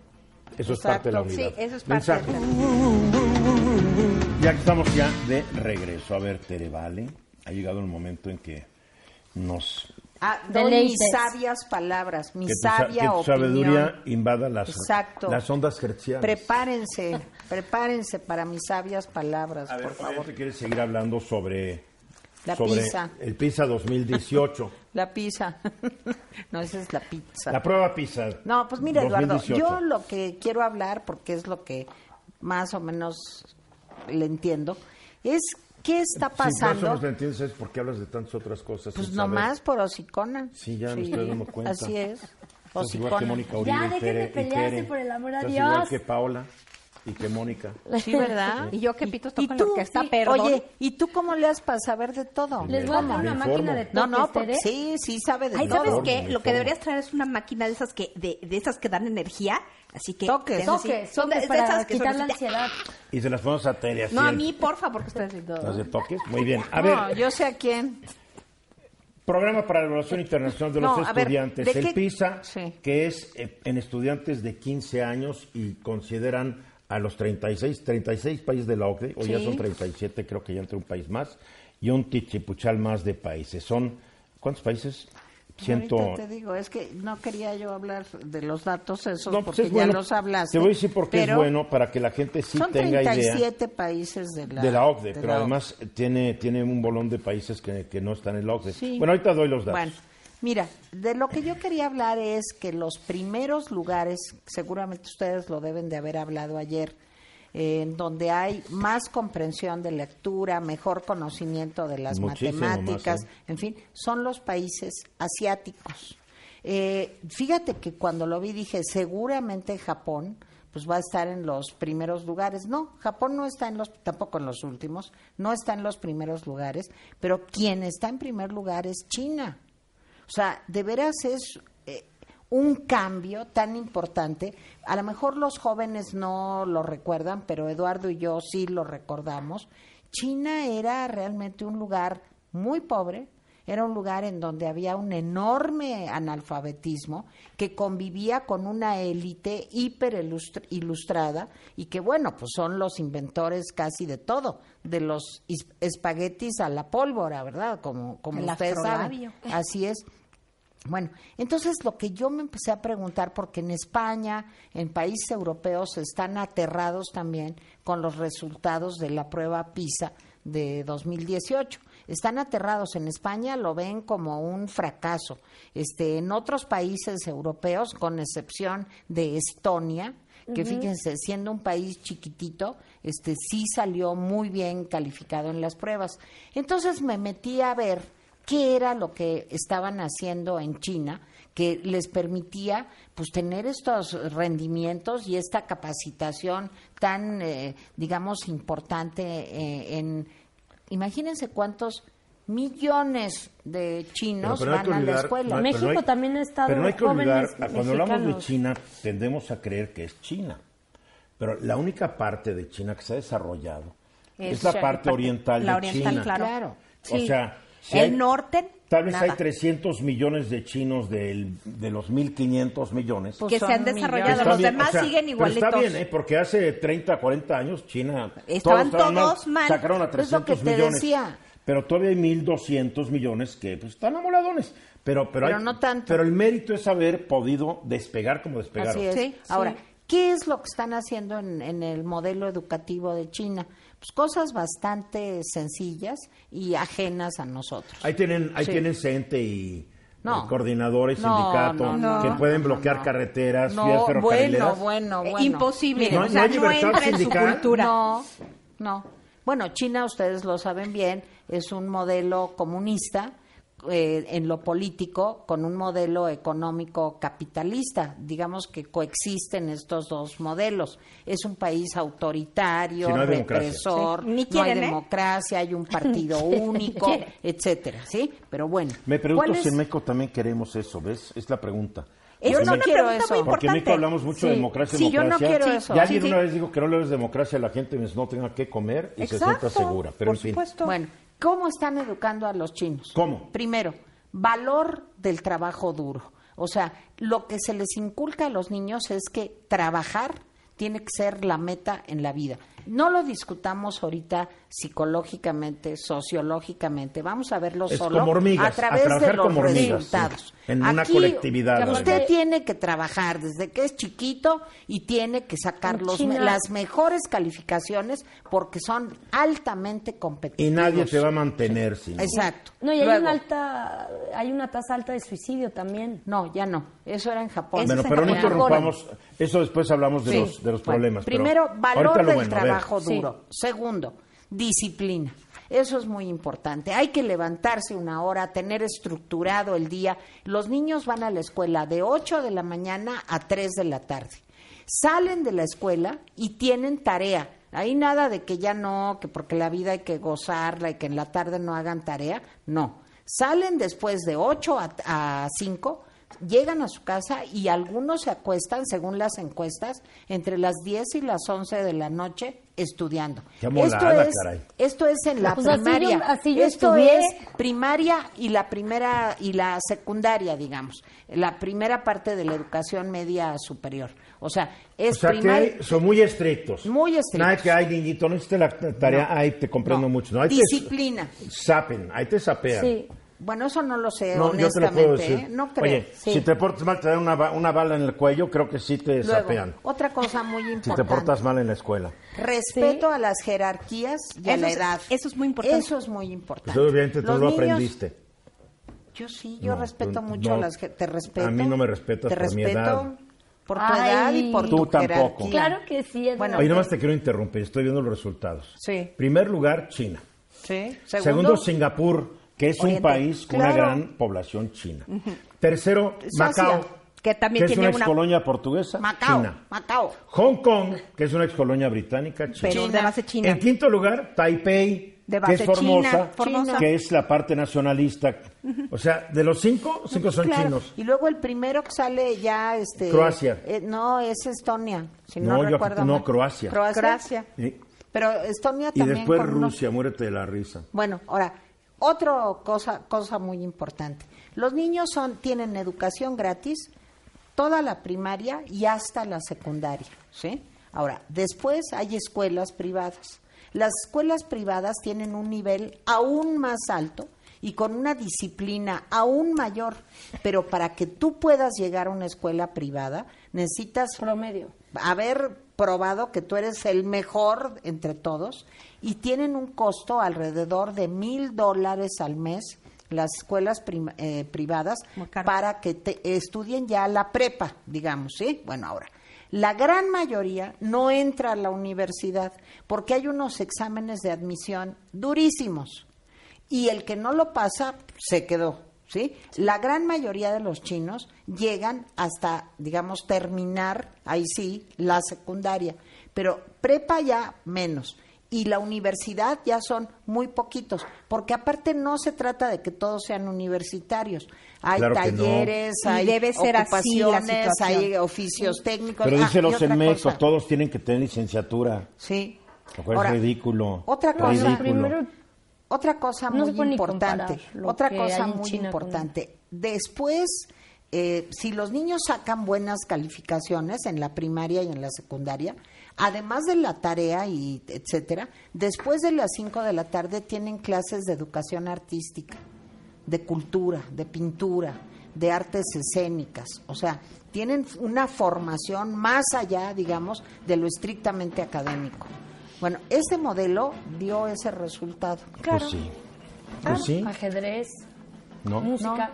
Eso es
Exacto.
parte de la unidad.
Sí, eso es parte
Mensaje.
de la-
Ya que estamos ya de regreso. A ver, Tere, vale. Ha llegado el momento en que nos...
Ah, doy mis
Deleites.
sabias palabras, mi
que tu, sa-
sabia
que tu sabiduría
opinión.
invada las,
Exacto.
las ondas hertzianas.
Prepárense, prepárense para mis sabias palabras,
A ver,
por favor.
te quieres seguir hablando sobre...
La
sobre
pizza.
El PISA
*laughs*
2018.
La pizza. no, esa es la pizza.
la prueba PISA.
No, pues mira, Eduardo,
2018.
yo lo que quiero hablar, porque es lo que más o menos le entiendo, es qué está
Si por eso
pasando.
no te entiendes es porque hablas de tantas otras cosas.
pues
sin saber.
nomás por hocicona.
Sí, ya me estoy dando cuenta.
Así es.
Estás igual que
Hocicona.
Mónica Uribe
Ya,
y
dejen de
Tere- y
pelearse,
Tere.
por el amor de
Estás
Dios.
igual que Paola y que Mónica.
*laughs*
Sí, ¿verdad?
Y yo que pito estoy
¿Y
con
tú?
la orquesta,
Sí.
perdón.
Oye, ¿y tú cómo le has para saber de todo?
Les voy a
Me
dar una
informo.
máquina de ¿eh? toques,
No, no, porque
Tere.
sí, sí sabe de
Ay,
todo.
¿sabes
favor,
qué?
por
Lo que
favor.
deberías traer es una máquina de esas que de, de esas que dan energía, así que
Toques.
te haces así.
Toques,
Son de-
toques
de
para
esas que ¡Ah! son
quitar la
así,
ansiedad.
Y se las ponemos a Tere. así
No, a
el-
mí, por favor, que estés
¿Las de
lindo.
toques? Muy bien. A ver,
no, yo sé a quién.
programa para la evaluación internacional de
No,
los
a ver,
estudiantes.
¿de
el
qué-
PISA,
Sí.
que es eh, en estudiantes de 15 años y consideran a los 36, 36 países de la OCDE, o ya
Sí.
son 37, creo que ya entre un país más, y un tichipuchal más de países. Son, ¿cuántos países? Ciento...
Ahorita te digo, es que no quería yo hablar de los datos esos
No, pues
porque
es
ya
bueno.
los hablaste.
Te voy a decir por qué es
pero
bueno, para que la gente sí
son
tenga idea
37 países de la,
de la OCDE, pero
la
además tiene, tiene un bolón de países que, que no están en la OCDE.
Sí.
Bueno, ahorita doy los datos.
Bueno, mira, de lo que yo quería hablar es que los primeros lugares, seguramente ustedes lo deben de haber hablado ayer, eh, en donde hay más comprensión de lectura, mejor conocimiento de las
Muchísimo más,
matemáticas,
¿eh?
en fin, son los países asiáticos. Eh, fíjate que cuando lo vi dije, seguramente Japón pues va a estar en los primeros lugares. No, Japón no está en los, tampoco en los últimos, no está en los primeros lugares, pero quien está en primer lugar es China. O sea, de veras es eh, un cambio tan importante. A lo mejor los jóvenes no lo recuerdan, pero Eduardo y yo sí lo recordamos. China era realmente un lugar muy pobre, era un lugar en donde había un enorme analfabetismo que convivía con una élite hiper ilustr- ilustrada y que, bueno, pues son los inventores casi de todo, de los is- espaguetis a la pólvora, ¿verdad? Como, como
Al
ustedes saben.
astrolabio.
Así es. Bueno, entonces lo que yo me empecé a preguntar, porque en España, en países europeos, están aterrados también con los resultados de la prueba PISA de 2018. Están aterrados en España, lo ven como un fracaso. Este, en otros países europeos, con excepción de Estonia, que fíjense, siendo un país chiquitito, este sí salió muy bien calificado en las pruebas. Entonces me metí a ver qué era lo que estaban haciendo en China que les permitía pues tener estos rendimientos y esta capacitación tan eh, digamos importante eh, en imagínense cuántos millones de chinos
Pero- pero no hay
van
que
a la
olvidar-
escuela.
no hay-
México
pero no hay-
también ha estado
Pero no hay que
jóvenes
olvidar, a- cuando hablamos de
mexicanos.
China, tendemos a creer que es China. Pero la única parte de China que se ha desarrollado es,
Es
la
la
parte
parte-
oriental
la
de
oriental,
China.
claro.
Claro.
O
Sí.
sea, si
el
hay-
norte,
Tal vez hay
nada.
300 millones de chinos del- de los 1.500 millones.
Pues
que se
son
han desarrollado.
millones.
Está
Los
bien,
demás
o sea,
siguen
pero
igualitos.
está bien, ¿eh? porque hace 30, 40 años China...
Estaban todos mal.
Sacaron a
Es lo
300
que te
millones.
decía.
Pero todavía hay 1.200 millones que pues, están amoladones. Pero, pero,
Pero
hay-
no tanto.
Pero el mérito es haber podido despegar como despegaron.
Así es.
Sí,
Ahora,
sí.
¿qué es lo que están haciendo en, en el modelo educativo de China? Pues cosas bastante sencillas y ajenas a nosotros.
Ahí tienen, ahí
Sí.
tienen CENTE y
No.
eh, coordinadores,
No,
sindicatos,
no, no,
que
no,
pueden
no,
bloquear
no.
carreteras,
No,
vías
bueno,
ferrocarrileras.
bueno,
Eh,
bueno.
Imposible.
No,
o
no
sea,
hay
no,
libertad
entra en su
sindical.
cultura.
No, no. Bueno, China, ustedes lo saben bien, es un modelo comunista eh, en lo político con un modelo económico capitalista. Digamos que coexisten estos dos modelos. Es un país autoritario,
Sí, no hay democracia.
represor,
Sí, ni
no
quieren,
hay
¿eh?
democracia,
*laughs*
hay un partido único, etcétera, ¿sí? Pero bueno.
Me pregunto
¿cuál es?
si en México también queremos eso, ¿ves? Es la pregunta.
Yo
Porque
no
en-
quiero
pregunta
eso.
muy
Porque en México
importante.
hablamos mucho
Sí.
de democracia,
Sí, yo no
democracia.
quiero eso.
Ya alguien
Sí, sí.
una vez dijo que no le des democracia a la gente mientras no tenga que comer y se sienta
Exacto,
segura. Pero
por
en fin.
supuesto.
Bueno, ¿cómo están educando a los chinos?
¿Cómo?
Primero, valor del trabajo duro. O sea, lo que se les inculca a los niños es que trabajar tiene que ser la meta en la vida. No lo discutamos ahorita psicológicamente, sociológicamente. Vamos a verlo
Es
solo
como hormigas,
a
a
través de
trabajar
los
como hormigas,
resultados.
sí, en una
Aquí,
colectividad,
Usted
además.
tiene que trabajar desde que es chiquito y tiene que sacar
En
los,
China-
las mejores calificaciones porque son altamente competitivos.
Y nadie te va a mantener sin
Exacto.
No, y hay
Luego-
una alta, hay una tasa alta de suicidio también.
No, ya no. Eso era en Japón.
Bueno, pero no interrumpamos. Eso después hablamos de
Sí.
los, de los
Bueno,
problemas. pero
Primero, valor
ahorita
del
lo bueno, a ver.
trabajo
Sí.
duro. Segundo, disciplina. Eso es muy importante. Hay que levantarse una hora, tener estructurado el día. Los niños van a la escuela de 8 de la mañana a 3 de la tarde. Salen de la escuela y tienen tarea. Ahí nada de que ya no, que porque la vida hay que gozarla y que en la tarde no hagan tarea. No. Salen después de 8 a, a 5 llegan a su casa y algunos se acuestan, según las encuestas, entre las 10 y las 11 de la noche estudiando.
Qué molada,
esto, es,
caray.
esto es en la
Pues así
primaria.
yo- así yo ¿eh?
esto
estudié.
es primaria y la primera y la secundaria, digamos, la primera parte de la educación media superior. O sea,
O
es
sea que
primaria.
hay- son muy estrictos.
Muy estrictos.
Nada que hay, niñito, no hiciste la tarea. Ay, te comprendo
No.
mucho. No, ahí
Disciplina.
Te sapen, ahí te sapean.
Sí.
Bueno, eso no lo sé,
No, yo te lo
honestamente.
puedo decir.
¿eh? No creo.
Oye,
Sí.
si te portas mal, te dan una, ba- una bala en el cuello, creo que sí te
Luego,
sapean.
otra cosa muy
Si te
importante.
portas mal en la escuela.
Respeto a las jerarquías y a
Eso
la
es-
edad.
eso es muy importante.
Eso es muy importante.
Pues, obviamente tú
Los
lo
niños-
aprendiste.
Yo sí, yo
No,
respeto
tú-
mucho
no.
a las que te respeto.
A mí no me respetas
te
por mi
respeto
edad.
Por tu
Ay.
edad y por
Tú
tu
tampoco.
jerarquía.
Claro que sí. es
Bueno,
verdad.
Oye, nomás te quiero interrumpir, estoy viendo los resultados.
Sí.
Primer lugar, China.
Sí.
Segundo, Singapur, que es un
Oriente.
país con una
Claro.
gran población china. Tercero,
Es Asia,
Macao,
que también
es
tiene
una
una-
excolonia portuguesa,
Macao.
China.
Macao.
Hong Kong, que es una excolonia británica, China.
Pero de base china.
En quinto lugar, Taipei,
De
que
base
es Formosa,
china, Formosa.
que es la parte nacionalista. O sea, de los cinco, cinco son
Claro.
chinos.
Y luego el primero que sale ya, este...
Croacia.
eh, no, es Estonia, si
No,
no,
yo-
recuerdo
no,
mal.
Croacia.
Croacia.
Croacia.
Y,
Pero Estonia
y
también
después
con unos-
Rusia, muérete de la risa.
Bueno, ahora, otra cosa, cosa muy importante. Los niños son, tienen educación gratis toda la primaria y hasta la secundaria, ¿sí? Ahora, después hay escuelas privadas. Las escuelas privadas tienen un nivel aún más alto y con una disciplina aún mayor. Pero para que tú puedas llegar a una escuela privada, necesitas
Promedio.
haber probado que tú eres el mejor entre todos y tienen un costo alrededor de mil dólares al mes las escuelas prim- eh, privadas
Muy caro.
para que te estudien ya la prepa, digamos, ¿sí? Bueno, ahora, la gran mayoría no entra a la universidad porque hay unos exámenes de admisión durísimos y el que no lo pasa se quedó, ¿sí? La gran mayoría de los chinos llegan hasta, digamos, terminar, ahí sí, la secundaria, pero prepa ya menos. Y la universidad ya son muy poquitos, porque aparte no se trata de que todos sean universitarios. Hay
Claro que no.
talleres,
Y
hay
debe ser así la
ocupaciones,
situación.
hay oficios técnicos.
Pero
Ah,
dicen
y
los
otra
CEMEX,
cosa.
todos tienen que tener licenciatura.
Sí.
Lo cual
Ahora,
es ridículo.
Otra
No, o sea,
cosa,
Ridículo.
primero
otra cosa
No se
muy
puede ni
importante,
comparar lo
otra
que
cosa
hay en
muy
China con-
importante. Después, eh, si los niños sacan buenas calificaciones en la primaria y en la secundaria, además de la tarea y etcétera, después de las 5 de la tarde tienen clases de educación artística, de cultura, de pintura, de artes escénicas. O sea, tienen una formación más allá, digamos, de lo estrictamente académico. Bueno, este modelo dio ese resultado.
claro.
Pues sí. Pues sí.
Ajedrez,
¿No?
música.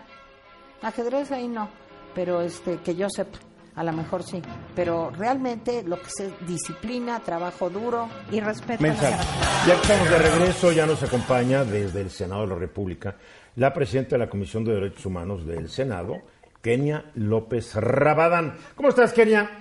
Ajedrez ahí no, pero este que yo sepa, a lo mejor sí. Pero realmente lo que se disciplina, trabajo duro.
Y respeto. a la
Mensaje. Ya que estamos de regreso, ya nos acompaña desde el Senado de la República la presidenta de la Comisión de Derechos Humanos del Senado, Kenia López Rabadán. ¿Cómo estás, Kenia?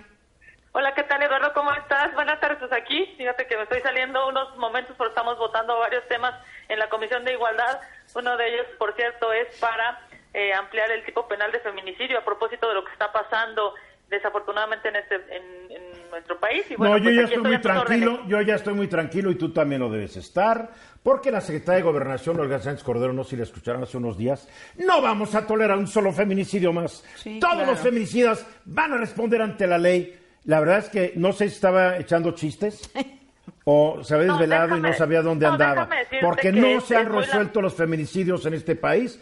Hola, ¿qué tal Eduardo? ¿Cómo estás? Buenas tardes pues, aquí. Fíjate que me estoy saliendo unos momentos porque estamos votando varios temas en la Comisión de Igualdad. Uno de ellos, por cierto, es para eh, ampliar el tipo penal de feminicidio a propósito de lo que está pasando desafortunadamente en, este, en, en nuestro país. Y
no,
bueno,
yo
pues
ya
aquí
estoy muy
a tus
tranquilo,
órdenes.
yo ya estoy muy tranquilo y tú también lo debes estar, porque la secretaria de Gobernación, Olga Sánchez Cordero, no sé si la escucharon hace unos días, no vamos a tolerar un solo feminicidio más.
Sí,
Todos
claro.
los feminicidas van a responder ante la ley. La verdad es que no sé si estaba echando
*laughs*
chistes o se había
No,
desvelado y no
déjame-
sabía dónde
no,
andaba,
déjame decirte
porque
que
no
es-
se han
es muy la-
resuelto los feminicidios en este país.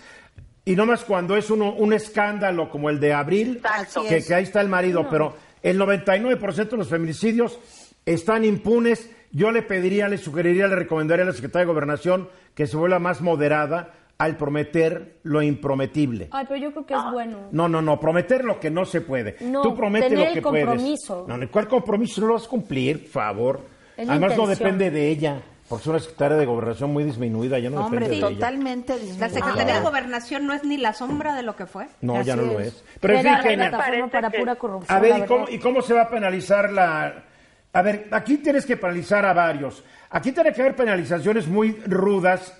Y no más cuando es uno, un escándalo como el de abril,
Exacto.
Así
que,
es.
que ahí está el marido, pero el 99% de los feminicidios están impunes. Yo le pediría, le sugeriría, le recomendaría a la secretaria de Gobernación que se vuelva más moderada al prometer lo imprometible.
Ay, pero yo creo
Ah.
que es bueno.
No, no, no, prometer lo que no se puede.
No,
Tú prometes
tener
lo que
el
puedes.
compromiso.
No, no, ¿cuál compromiso? No lo vas a cumplir, por favor.
Es la
Además, no
intención.
depende de ella, porque es una secretaria de Gobernación muy disminuida, ya no
Hombre,
depende de ella.
totalmente
gente.
disminuido.
La Secretaría de
Claro.
Gobernación no es ni la sombra de lo que fue.
No, ya no
Así
lo
es.
es. Pero en
Era
fin,
la
Kenia.
plataforma
Parece
para
que-
pura corrupción.
A ver,
la
¿y cómo,
verdad.
y cómo se va a penalizar la...? A ver, aquí tienes que penalizar a varios. Aquí tiene que haber penalizaciones muy rudas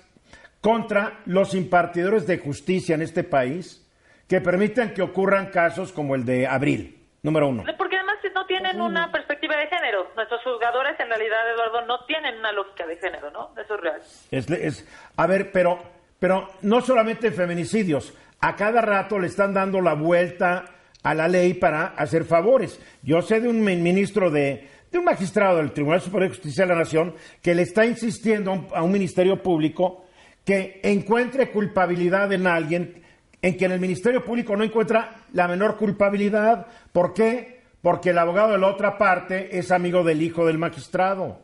contra los impartidores de justicia en este país que permitan que ocurran casos como el de abril, número uno.
No, Porque además no tienen una perspectiva de género. Nuestros juzgadores, en realidad, Eduardo, no tienen una lógica de género, ¿no? Eso es real.
Es, es- a ver, pero, pero no solamente en feminicidios. A cada rato le están dando la vuelta a la ley para hacer favores. Yo sé de un min- ministro de, de un magistrado del Tribunal Superior de Justicia de la Nación que le está insistiendo a un, a un ministerio público que encuentre culpabilidad en alguien en que en el Ministerio Público no encuentra la menor culpabilidad. ¿Por qué? Porque el abogado de la otra parte es amigo del hijo del magistrado.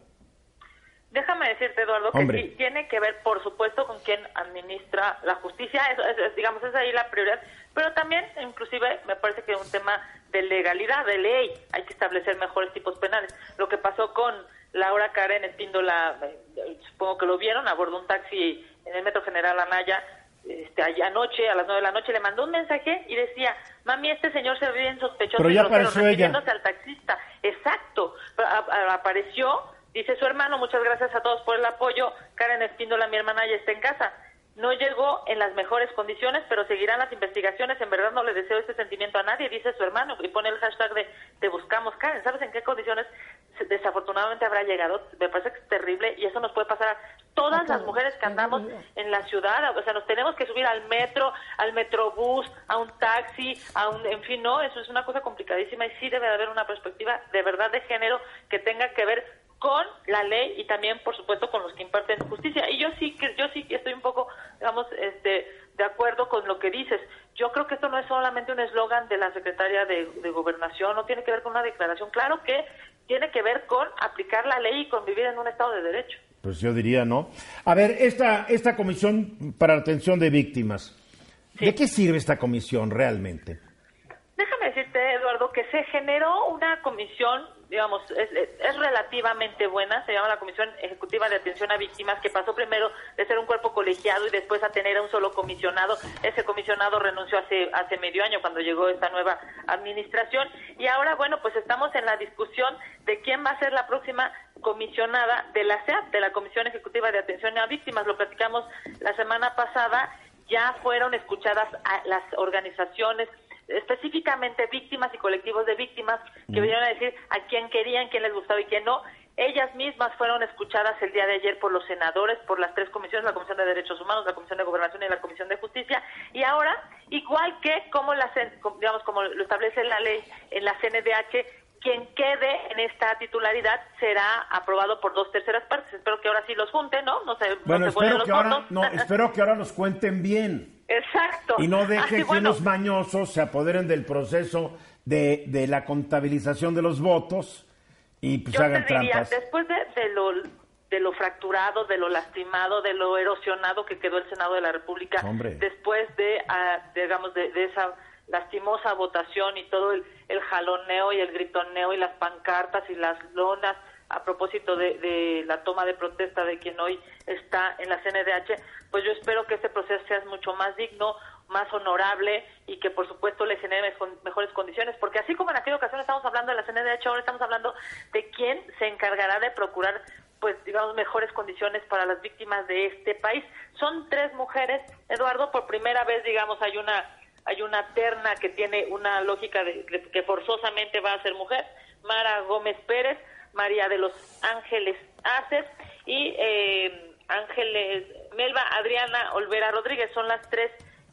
Déjame decirte, Eduardo, que
Hombre.
sí, tiene que ver, por supuesto, con quien administra la justicia, eso es, es, digamos, es ahí la prioridad, pero también, inclusive, me parece que es un tema de legalidad, de ley, hay que establecer mejores tipos penales. Lo que pasó con Laura Karen Espíndola, eh, supongo que lo vieron, a bordo de un taxi en el Metro General Anaya, este, ayer anoche, a las nueve de la noche, le mandó un mensaje y decía, mami, este señor se ve bien sospechoso,
Pero
y
ya
grosero",
apareció ella.
refiriéndose al taxista. Exacto. A- a- Apareció, dice su hermano, muchas gracias a todos por el apoyo. Karen Espíndola, mi hermana, ya está en casa. No llegó en las mejores condiciones, pero seguirán las investigaciones. En verdad no le deseo este sentimiento a nadie, dice su hermano. Y pone el hashtag de te buscamos, Karen. ¿Sabes en qué condiciones se- desafortunadamente habrá llegado? Me parece que es terrible y eso nos puede pasar a todas las mujeres que andamos en la ciudad. O sea, nos tenemos que subir al metro, al metrobús, a un taxi, a un, en fin, no, eso es una cosa complicadísima y sí debe de haber una perspectiva de verdad de género que tenga que ver con la ley y también, por supuesto, con los que imparten justicia. Y yo sí que yo sí que estoy un poco, digamos, este, de acuerdo con lo que dices. Yo creo que esto no es solamente un eslogan de la secretaria de, de gobernación, no tiene que ver con una declaración. Claro que tiene que ver con aplicar la ley y convivir en un Estado de Derecho.
Pues yo diría no. A ver, esta, esta comisión para la atención de víctimas, ¿de qué sirve esta comisión realmente?
Déjame decirte, Eduardo, que se generó una comisión, digamos, es, es- es relativamente buena, se llama la Comisión Ejecutiva de Atención a Víctimas, que pasó primero de ser un cuerpo colegiado y después a tener a un solo comisionado. Ese comisionado renunció hace, hace medio año cuando llegó esta nueva administración. Y ahora, bueno, pues estamos en la discusión de quién va a ser la próxima comisionada de la CEAP, de la Comisión Ejecutiva de Atención a Víctimas. Lo platicamos la semana pasada. Ya fueron escuchadas a las organizaciones específicamente víctimas y colectivos de víctimas que vinieron a decir a quién querían, quién les gustaba y quién no. Ellas mismas fueron escuchadas el día de ayer por los senadores, por las tres comisiones, la Comisión de Derechos Humanos, la Comisión de Gobernación y la Comisión de Justicia. Y ahora, igual que como, la, cen- com- digamos, como lo establece la ley en la CNDH, quien quede en esta titularidad será aprobado por dos terceras partes. Espero que ahora sí los junten, ¿no? No se, no
Bueno,
se guarden
espero
los
que, ahora,
votos.
no, espero que ahora nos cuenten bien
*laughs* Exacto.
y no dejen
Así,
que
Ah, bueno,
unos mañosos se apoderen del proceso de, de la contabilización de los votos y pues
yo
hagan
te diría,
trampas.
después de, de lo de lo fracturado, de lo lastimado, de lo erosionado que quedó el Senado de la República,
Hombre.
después de, ah, digamos, de, de esa lastimosa votación y todo el, el jaloneo y el gritoneo y las pancartas y las lonas a propósito de, de la toma de protesta de quien hoy está en la CNDH, pues yo espero que este proceso sea mucho más digno, más honorable y que por supuesto le genere mejo- mejores condiciones, porque así como en aquella ocasión estamos hablando de la CNDH, ahora estamos hablando de quién se encargará de procurar pues digamos mejores condiciones para las víctimas de este país. Son tres mujeres, Eduardo, por primera vez digamos hay una hay una terna que tiene una lógica de, de- que forzosamente va a ser mujer, Mara Gómez Pérez, María de los Ángeles Aces y eh, Ángeles Melba Adriana Olvera Rodríguez son las tres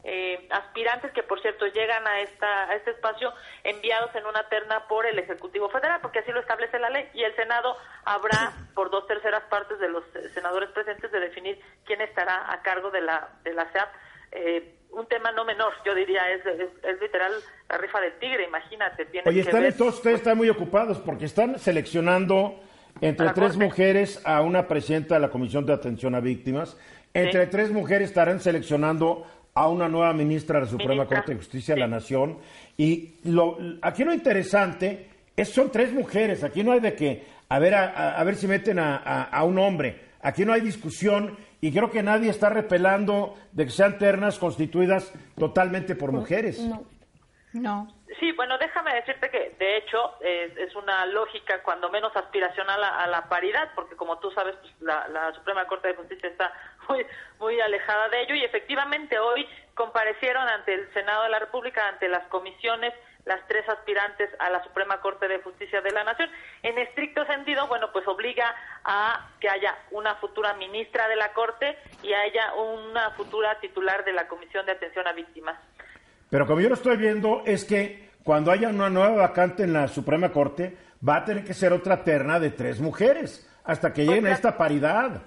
eh, aspirantes que por cierto llegan a esta a este espacio enviados en una terna por el ejecutivo federal porque así lo establece la ley y el senado habrá por dos terceras partes de los eh, senadores presentes de definir quién estará a cargo de la de la SEAP eh, un tema no menor yo diría es, es, es literal la rifa del tigre imagínate tiene
Oye,
que
están
ver-
todos ustedes están muy ocupados porque están seleccionando entre
A la
tres
corte.
mujeres a una presidenta de la Comisión de Atención a Víctimas. Entre
Sí.
tres mujeres estarán seleccionando a una nueva ministra de la Suprema
Ministra.
Corte de Justicia de
Sí.
la Nación. Y lo, aquí lo interesante es son tres mujeres. Aquí no hay de que a ver a, a- a ver si meten a, a- a un hombre. Aquí no hay discusión y creo que nadie está repelando de que sean ternas constituidas totalmente por mujeres.
No.
No.
Sí, bueno, déjame decirte que de hecho es, es una lógica cuando menos aspiracional a, a la paridad, porque como tú sabes, pues, la, la Suprema Corte de Justicia está *laughs* muy, muy alejada de ello y efectivamente hoy comparecieron ante el Senado de la República, ante las comisiones, las tres aspirantes a la Suprema Corte de Justicia de la Nación. En estricto sentido, bueno, pues obliga a que haya una futura ministra de la Corte y haya una futura titular de la Comisión de Atención a Víctimas.
Pero como yo lo estoy viendo, es que cuando haya una nueva vacante en la Suprema Corte, va a tener que ser otra terna de tres mujeres, hasta que lleguen a
Oiga.
esta paridad.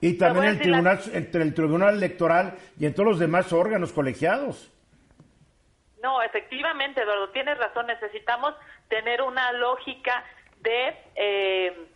Y
voy
también
a
el
decir la-
tribunal, entre el Tribunal Electoral y en todos los demás órganos colegiados.
No, efectivamente, Eduardo, tienes razón. Necesitamos tener una lógica de, eh,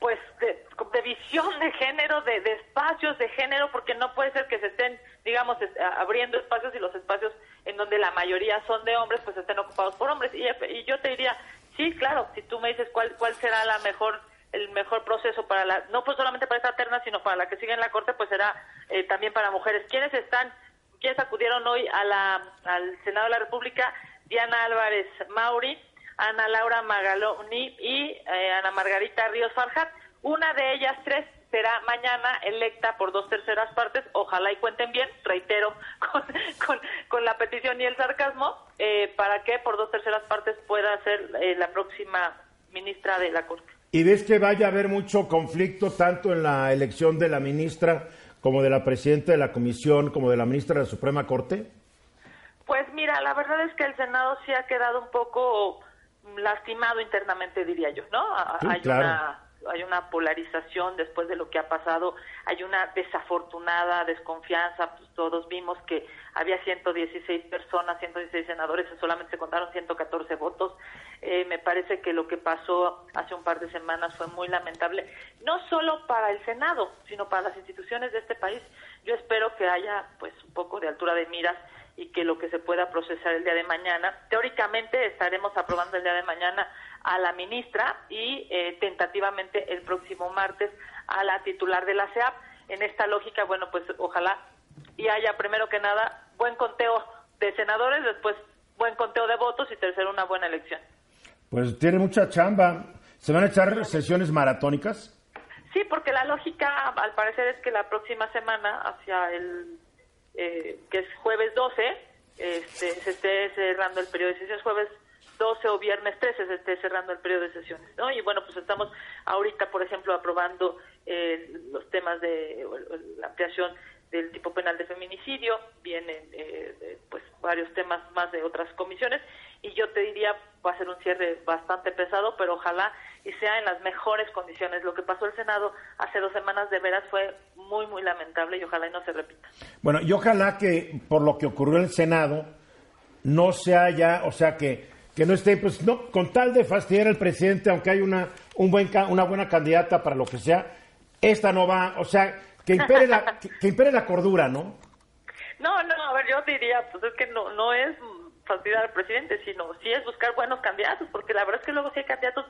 pues, de, de visión de género, de, de espacios de género, porque no puede ser que se estén, digamos, es- a- abriendo espacios y los espacios en donde la mayoría son de hombres, pues estén ocupados por hombres. Y, efe- y yo te diría, sí, claro, si tú me dices cuál, cuál será la mejor el mejor proceso para la, no pues solamente para esta terna, sino para la que sigue en la corte, pues será eh, también para mujeres. ¿Quiénes están quienes acudieron hoy a la, al Senado de la República, Diana Álvarez Mauri, Ana Laura Magaloni y eh, Ana Margarita Ríos Farjat. Una de ellas tres será mañana electa por dos terceras partes, ojalá y cuenten bien, reitero, *laughs* con, con, con la petición y el sarcasmo, eh, para que por dos terceras partes pueda ser eh, la próxima ministra de la Corte.
¿Y ves que vaya a haber mucho conflicto tanto en la elección de la ministra como de la presidenta de la Comisión, como de la ministra de la Suprema Corte?
Pues mira, la verdad es que el Senado sí ha quedado un poco lastimado internamente, diría yo, ¿no? A-
Sí,
hay
claro.
una hay una polarización después de lo que ha pasado, hay una desafortunada desconfianza, pues todos vimos que había 116 personas, 116 senadores, y solamente se contaron 114 votos. Eh, me parece que lo que pasó hace un par de semanas fue muy lamentable, no solo para el Senado, sino para las instituciones de este país. Yo espero que haya pues un poco de altura de miras y que lo que se pueda procesar el día de mañana. Teóricamente estaremos aprobando el día de mañana a la ministra y eh, tentativamente el próximo martes a la titular de la CEAP. En esta lógica, bueno, pues ojalá y haya primero que nada buen conteo de senadores, después buen conteo de votos y tercero una buena elección.
Pues tiene mucha chamba. ¿Se van a echar sesiones maratónicas?
Sí, porque la lógica al parecer es que la próxima semana, hacia el eh, que es jueves 12, este, se esté cerrando el periodo de sesiones, jueves 12 o viernes 13 se esté cerrando el periodo de sesiones, ¿no? Y bueno, pues estamos ahorita, por ejemplo, aprobando eh, los temas de o- o la ampliación del tipo penal de feminicidio, vienen eh, eh, pues varios temas más de otras comisiones y yo te diría va a ser un cierre bastante pesado, pero ojalá y sea en las mejores condiciones. Lo que pasó el Senado hace dos semanas de veras fue muy, muy lamentable y ojalá y no se repita.
Bueno, y ojalá que por lo que ocurrió en el Senado no se haya, o sea, que, que no esté, pues no, con tal de fastidiar al presidente, aunque hay una, un buen, ca- una buena candidata para lo que sea, esta no va, o sea, que impere
*laughs*
la, que, que impere la cordura, ¿no?
No, no, a ver, yo diría, pues es que no, no es mm, fastidiar al presidente, sino sí es buscar buenos candidatos, porque la verdad es que luego sí hay candidatos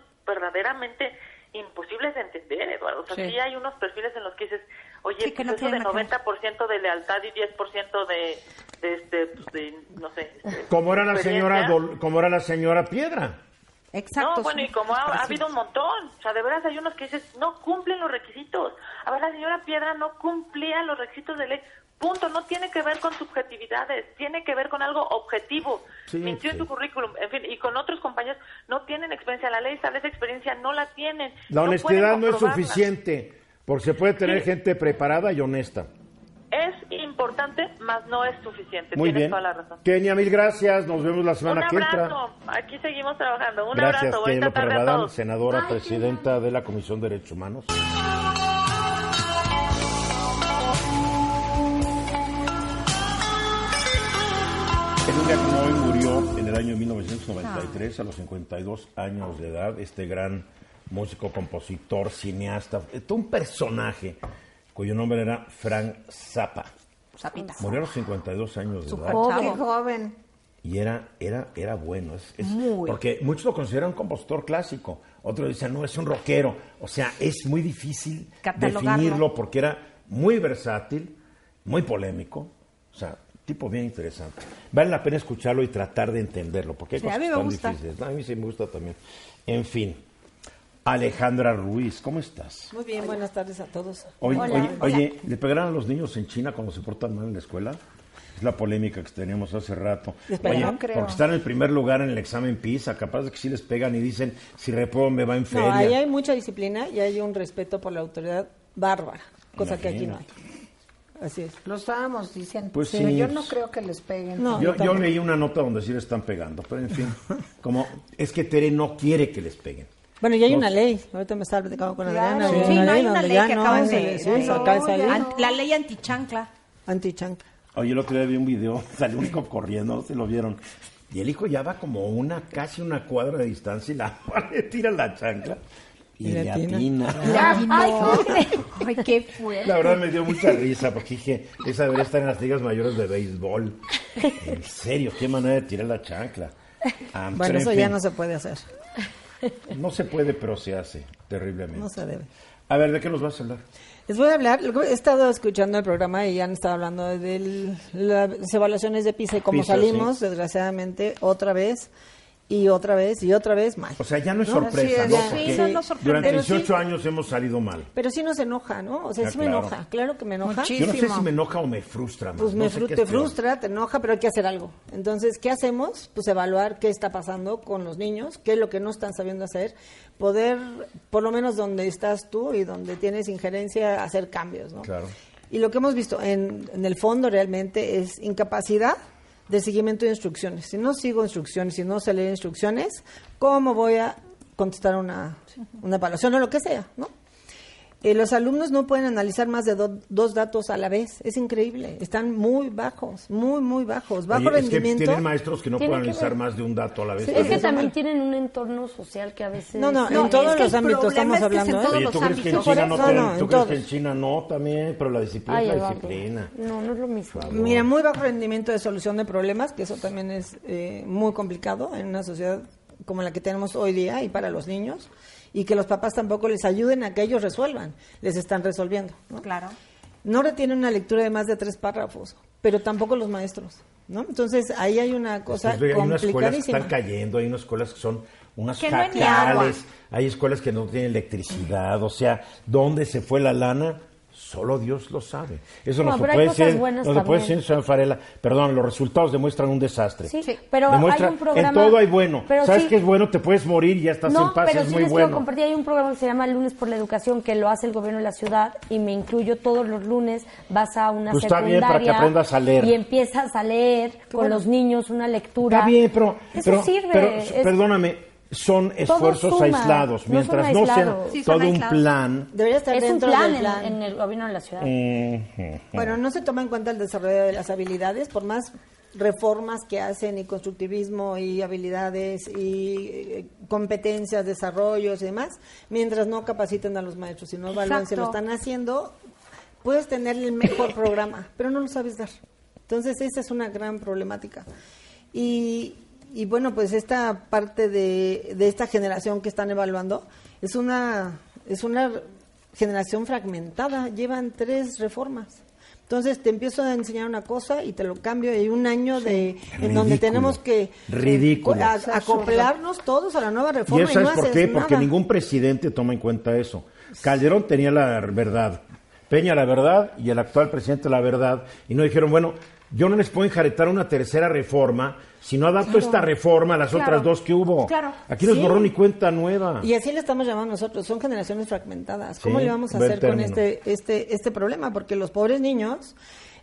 verdaderamente imposibles de entender, Eduardo. O sea, sí,
Sí.
hay unos perfiles en los que dices, oye,
Sí, que no
pues eso de
tienen la
90% de lealtad y 10% de, de, este, pues, de, no sé. este,
Como era la señora,
experiencia.
Dol- como era la señora Piedra.
Exacto.
No, bueno,
sí.
y como ha, ha habido un montón, o sea, de veras hay unos que dices, no cumplen los requisitos. A ver, la señora Piedra no cumplía los requisitos de ley. Punto, no tiene que ver con subjetividades, tiene que ver con algo objetivo.
Sí,
Mintió
sí.
en su currículum, en fin, y con otros compañeros no tienen experiencia. La ley establece experiencia, no la tienen.
La
no
honestidad
pueden
no es
comprobarla.
suficiente, porque se puede tener gente preparada y honesta.
Es importante, mas no es suficiente.
Muy
Tienes
bien.
toda la razón.
Kenia, mil gracias. Nos vemos la
Un
semana que entra.
abrazo, aquí seguimos trabajando. Un
Gracias,
abrazo,
Kenia
bonita
López
tarde a
Rabadán,
todos.
senadora presidenta de la Comisión de Derechos Humanos. En un día como hoy murió en el año 1993, a los 52 años de edad, este gran músico, compositor, cineasta, eh, todo un personaje cuyo nombre era Frank Zappa.
Zapita.
Murió a los 52 años de edad.
Oh, qué
Chavo.
joven.
Y era, era, era bueno. Es, es- Porque muchos lo consideran un compositor clásico. Otros dicen, no, es un rockero. O sea, es muy difícil
Catalogarlo.
definirlo porque era muy versátil, muy polémico. O sea, tipo bien interesante. Vale la pena escucharlo y tratar de entenderlo porque hay
Sí, a
cosas
mí me
tan
gusta.
difíciles. No, a mí sí me gusta también. En fin. Alejandra Ruiz, ¿cómo estás?
Muy bien, buenas tardes a todos.
Oye, oye, oye, ¿le pegarán a los niños en China cuando se portan mal en la escuela? Es la polémica que teníamos hace rato.
Les pegarán,
Oye,
creo.
porque están en el primer lugar en el examen PISA, capaz de que sí les pegan y dicen, si repruebo me va en
No, ahí
feria.
hay mucha disciplina y hay un respeto por la autoridad bárbara, cosa que aquí no hay. Así es.
Lo estábamos diciendo.
Pues
Pero
sí.
yo no creo que les peguen.
No.
yo, yo
tampoco.
leí una nota donde sí le están pegando, pero en fin, como es que Tere no quiere que les peguen.
Bueno, ya hay una ley. Ahorita me estaba platicando con Adriana.
Claro.
y
Sí,
no, hay una
donde
ley
ya
que
no
acaban
se
de-
les
de-
usa, acaba esa
No, ya
ley.
Ant- la ley antichancla.
Antichanca.
Oye, el otro día vi un video, *laughs* salió un hijo corriendo, no sé si lo vieron. Y el hijo ya va como una, casi una cuadra de distancia y la *laughs* le tira la chancla y,
Y
le
le atina.
atina.
Ay,
*laughs*
Ay, qué fuerte.
La verdad me dio mucha risa porque dije, esa debería estar en las ligas mayores de béisbol. En serio, qué manera de tirar la chancla. Ah, pero
Bueno,
en
eso ya
fin,
no se puede hacer.
no se puede, pero se hace terriblemente.
No se debe.
A ver, ¿de qué nos vas a hablar?
Les voy a hablar, he estado escuchando el programa y han estado hablando de las evaluaciones de PISA y cómo
PISA,
salimos,
sí.
desgraciadamente, otra vez y otra vez y otra vez mal.
O sea, ya no es
No,
sorpresa,
así es,
¿no?
ya.
Porque
Sí, no es lo sorprendente.
durante
Pero sí-
18 años hemos salido mal.
Pero sí nos enoja, ¿no? O sea,
Ah,
sí me
claro.
enoja, claro que me enoja.
Muchísimo.
Yo no sé si me enoja o me frustra. más,
Pues
no
me
sé
fru-
qué es
te
peor.
frustra, te enoja, pero hay que hacer algo. Entonces, ¿qué hacemos? Pues evaluar qué está pasando con los niños, qué es lo que no están sabiendo hacer, poder, por lo menos donde estás tú y donde tienes injerencia, hacer cambios, ¿no?
Claro.
Y lo que hemos visto en, en el fondo realmente es incapacidad de seguimiento de instrucciones. Si no sigo instrucciones, si no se leen instrucciones, ¿cómo voy a contestar una, una evaluación o lo que sea, ¿no? Eh, los alumnos no pueden analizar más de do- dos datos a la vez. Es increíble. Están muy bajos, muy, muy bajos. Bajo
Oye, es que
rendimiento.
tienen maestros que no
Tiene
pueden
que
analizar
ver.
más de un dato a la vez.
Es que también tienen un entorno social que a veces...
No, no, en
es que
todos
el
los ámbitos
problema
estamos
es que es en
hablando. ¿eh?
todos
Oye,
los
¿tú crees que en
ámbitos.
China no,
No,
pueden-
no,
¿Tú
en
crees que
todos.
en China no también? Pero la disciplina
Ay,
es la
Eduardo.
disciplina.
No, no es lo mismo.
Mira, muy bajo rendimiento de solución de problemas, que eso también es eh, muy complicado en una sociedad como la que tenemos hoy día y para los niños, y que los papás tampoco les ayuden a que ellos resuelvan, les están resolviendo. ¿no?
Claro.
No retienen una lectura de más de tres párrafos, pero tampoco los maestros. ¿no? Entonces ahí hay una cosa
Pues, ve, hay unas escuelas que
complicadísima.
están cayendo, hay unas escuelas que son unas
Que no hay ni
jacales, hay escuelas que no tienen electricidad, o sea, ¿dónde se fue la lana? Solo Dios lo sabe. Eso
No,
no, se
pero hay
puede
cosas
decir,
buenas
no se puede
también.
decir, señora Farela. Perdón, los resultados demuestran un desastre.
Sí, pero
Demuestra-
hay un programa...
En todo hay bueno.
pero
¿Sabes
sí-
qué es bueno? Te puedes morir y ya estás
no,
en paz,
pero
es
sí
muy
les quiero
bueno.
compartir. Hay un programa que se llama Lunes por la Educación que lo hace el gobierno de la ciudad y me incluyo todos los lunes. Vas a una
Pues está bien,
secundaria
para que aprendas a leer.
y empiezas a leer con los niños una lectura.
Está bien, pero,
Eso
pero-
sirve.
pero,
es-
perdóname, son esfuerzos
suma,
aislados.
no son
Mientras no,
aislados.
sea
Sí, son
todo un
aislados.
plan.
Debería estar
es un
dentro
plan,
del
en-
plan.
En, el gobierno de la ciudad.
Eh. Ujú.
Bueno, no se toma en cuenta el desarrollo de las habilidades, por más reformas que hacen y constructivismo y habilidades y eh, competencias, desarrollos y demás, mientras no capaciten a los maestros, si no evalúan si lo
Exacto.
están haciendo, puedes tener
*coughs*
el mejor programa, pero no lo sabes dar. Entonces, esa es una gran problemática. Y, y bueno, pues esta parte de, de esta generación que están evaluando es una, es una generación fragmentada, llevan tres reformas. Entonces te empiezo a enseñar una cosa y te lo cambio y un año de en donde
Ridículo.
tenemos que
Ridículo.
a- acoplarnos todos a la nueva
¿Y
reforma
eso
y,
sabes
no
por
haces
qué? Porque
nada.
ningún presidente toma en cuenta eso. Calderón tenía la verdad, Peña la verdad y el actual presidente la verdad. Y no dijeron, bueno, yo no les puedo enjaretar una tercera reforma si no adapto esta reforma a las otras dos que hubo.
Claro.
Aquí nos
Sí.
borró ni cuenta nueva.
Y así le estamos llamando nosotros, son generaciones fragmentadas. ¿Cómo
Sí,
le vamos a
buen
hacer con
término.
este, este, este problema? Porque los pobres niños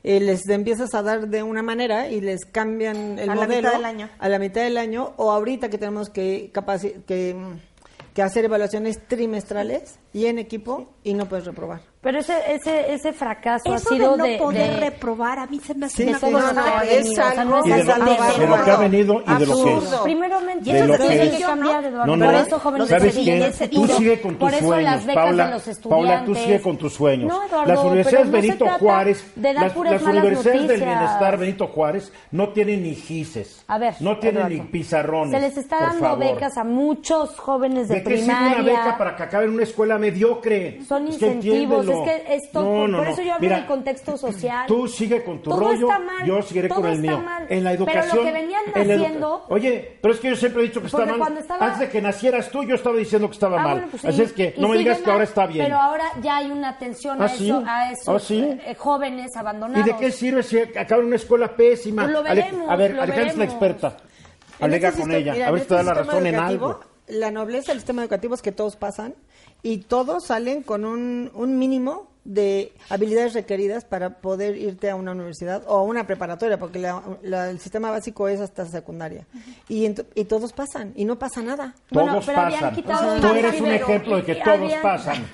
eh, les empiezas a dar de una manera y les cambian el
A la
modelo
mitad del año.
a la mitad del año o ahorita que tenemos que capaci- que, mm, que hacer evaluaciones trimestrales y en equipo y no puedes reprobar.
Pero ese, ese, ese fracaso ha
Eso
sido
de
de...
no poder
de-
reprobar, a mí se me hace
Sí,
una
sí, no,
cosa
no,
de-
ha venido, o sea, no es
Y de lo-
absurdo.
de lo que ha venido y de lo que es.
Absurdo.
Primeramente,
De
eso
lo
se
que
tiene
es.
que cambiar, Eduardo.
No, no,
por
¿eh?
eso, jóvenes,
¿Sabes
se
qué?
sigue ese
Tú
tiro.
sigue con tus
Por eso las
sueños,
becas
Paula.
de los estudiantes.
Paula, tú sigue con tus sueños.
No, Eduardo,
las universidades
pero no se
Benito
trata
Juárez,
de dar
las,
puras
las
malas
universidades del
noticias.
bienestar Benito Juárez no tienen ni gises,
A ver.
no tienen
Eduardo,
ni pizarrones.
Se les está
por
dando
favor.
becas a muchos jóvenes de,
¿De qué sirve
primaria.
una beca para que acabe en una escuela mediocre?
Son
Es que
incentivos, es
entiéndelo.
que esto,
No, no,
por
no.
eso yo hablo
Mira,
del contexto social.
Tú sigue con tu
Todo
rollo,
está mal,
yo seguiré
todo
con el
está
mío.
mal.
En la
Pero lo
educación.
que venían
en la educa-
haciendo-
Oye, pero es que yo siempre he dicho que está
Porque
mal.
cuando estaba-
Antes de que nacieras tú, yo estaba diciendo que estaba
Ah,
mal.
bueno, pues,
Así
y-
es que
y
no me
sigue
digas que
mal,
ahora está bien.
Pero ahora ya hay una atención a,
Ah, sí.
eso- a esos
Ah, sí.
eh, jóvenes
¿Y
abandonados.
de qué sirve si acaba en una escuela pésima?
Pues lo
Ale-
veremos,
a ver,
lo
Alejandra es la
veremos.
experta.
En
Alega
este
con
sistema-
ella.
mira,
a
en
ver si te
este
da la
sistema
razón en
educativo,
algo.
La nobleza del sistema educativo es que todos pasan y todos salen con un, un mínimo de habilidades requeridas para poder irte a una universidad o a una preparatoria, porque la- la- el sistema básico es hasta secundaria. y, ento- y todos pasan y no pasa nada.
Bueno,
todos
pero habían
pasan.
quitado
Tú
el
eres un
primero
ejemplo de
y-
que
y
todos
habían- *laughs*
pasan.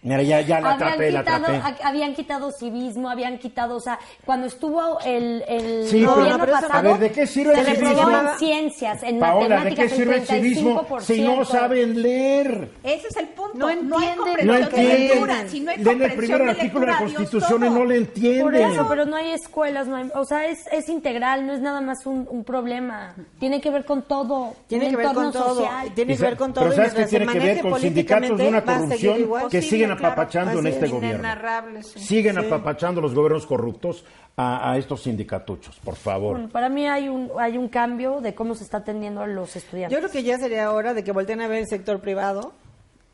Mira, ya, ya la
habían
atrapé, la
quitado,
atrapé.
ha- habían quitado civismo, habían quitado, o sea, cuando estuvo el, el
Sí,
pero-
gobierno
no, pero eso-
pasado,
a ver,
¿de qué sirve
se
el
reprobó
civismo?
en ciencias, en
Paola, ¿de
matemáticas,
qué sirve el
el
civismo
35%?
si no saben leer?
Ese es el punto.
No
No
entienden
entienden,
No
Pero que
entienden.
lectura,
Si no hay
Leen el
comprensión
primer
de
artículo de la
lectura, Dios
Constitución y
todo.
no le
Por
entienden.
eso, pero no hay escuelas, no hay, o sea, es, es integral, no es nada más un, un problema. Tiene que ver con todo,
Tiene
un
que ver con
entorno
todo.
social.
Tiene
Y
que
sa-
ver con todo.
Pero
y
¿sabes qué
mientras se
tiene que ver
maneje
con sindicatos de una
políticamente, va a seguir
corrupción
igual.
que
Sí,
siguen
claro,
apapachando en
así
este
es.
gobierno?
Inenarrables.
Siguen apapachando los gobiernos corruptos a, a estos sindicatuchos, por favor.
Bueno, para mí hay un, hay un cambio de cómo se está atendiendo a los
Yo
estudiantes.
creo que ya sería hora de que volteen a ver el sector privado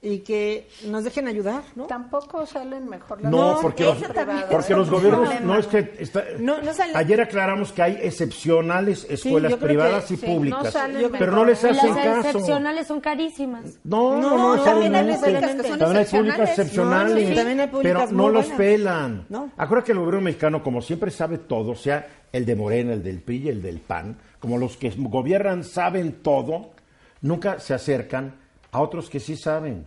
y que nos dejen ayudar, ¿no?
Tampoco salen mejor las
No,
No,
porque los,
ese también es
porque los
un
gobiernos
problema.
no es que está-
No, no sale-
ayer aclaramos que hay excepcionales escuelas
yo creo
privadas
que-
y públicas,
salen
pero no les
Y
hacen
las
caso.
excepcionales son carísimas.
No, no, no,
No,
no,
también
saben
hay
mucho.
públicas que son
También hay públicas
excepcionales.
excepcionales,
No, sí, también hay públicas
pero no
muy
los
buenas.
pelan.
No.
Acuérdate que el gobierno mexicano, como siempre, sabe todo, o sea, el de Morena, el del PRI y el del PAN, como los que gobiernan saben todo, nunca se acercan a otros que sí saben.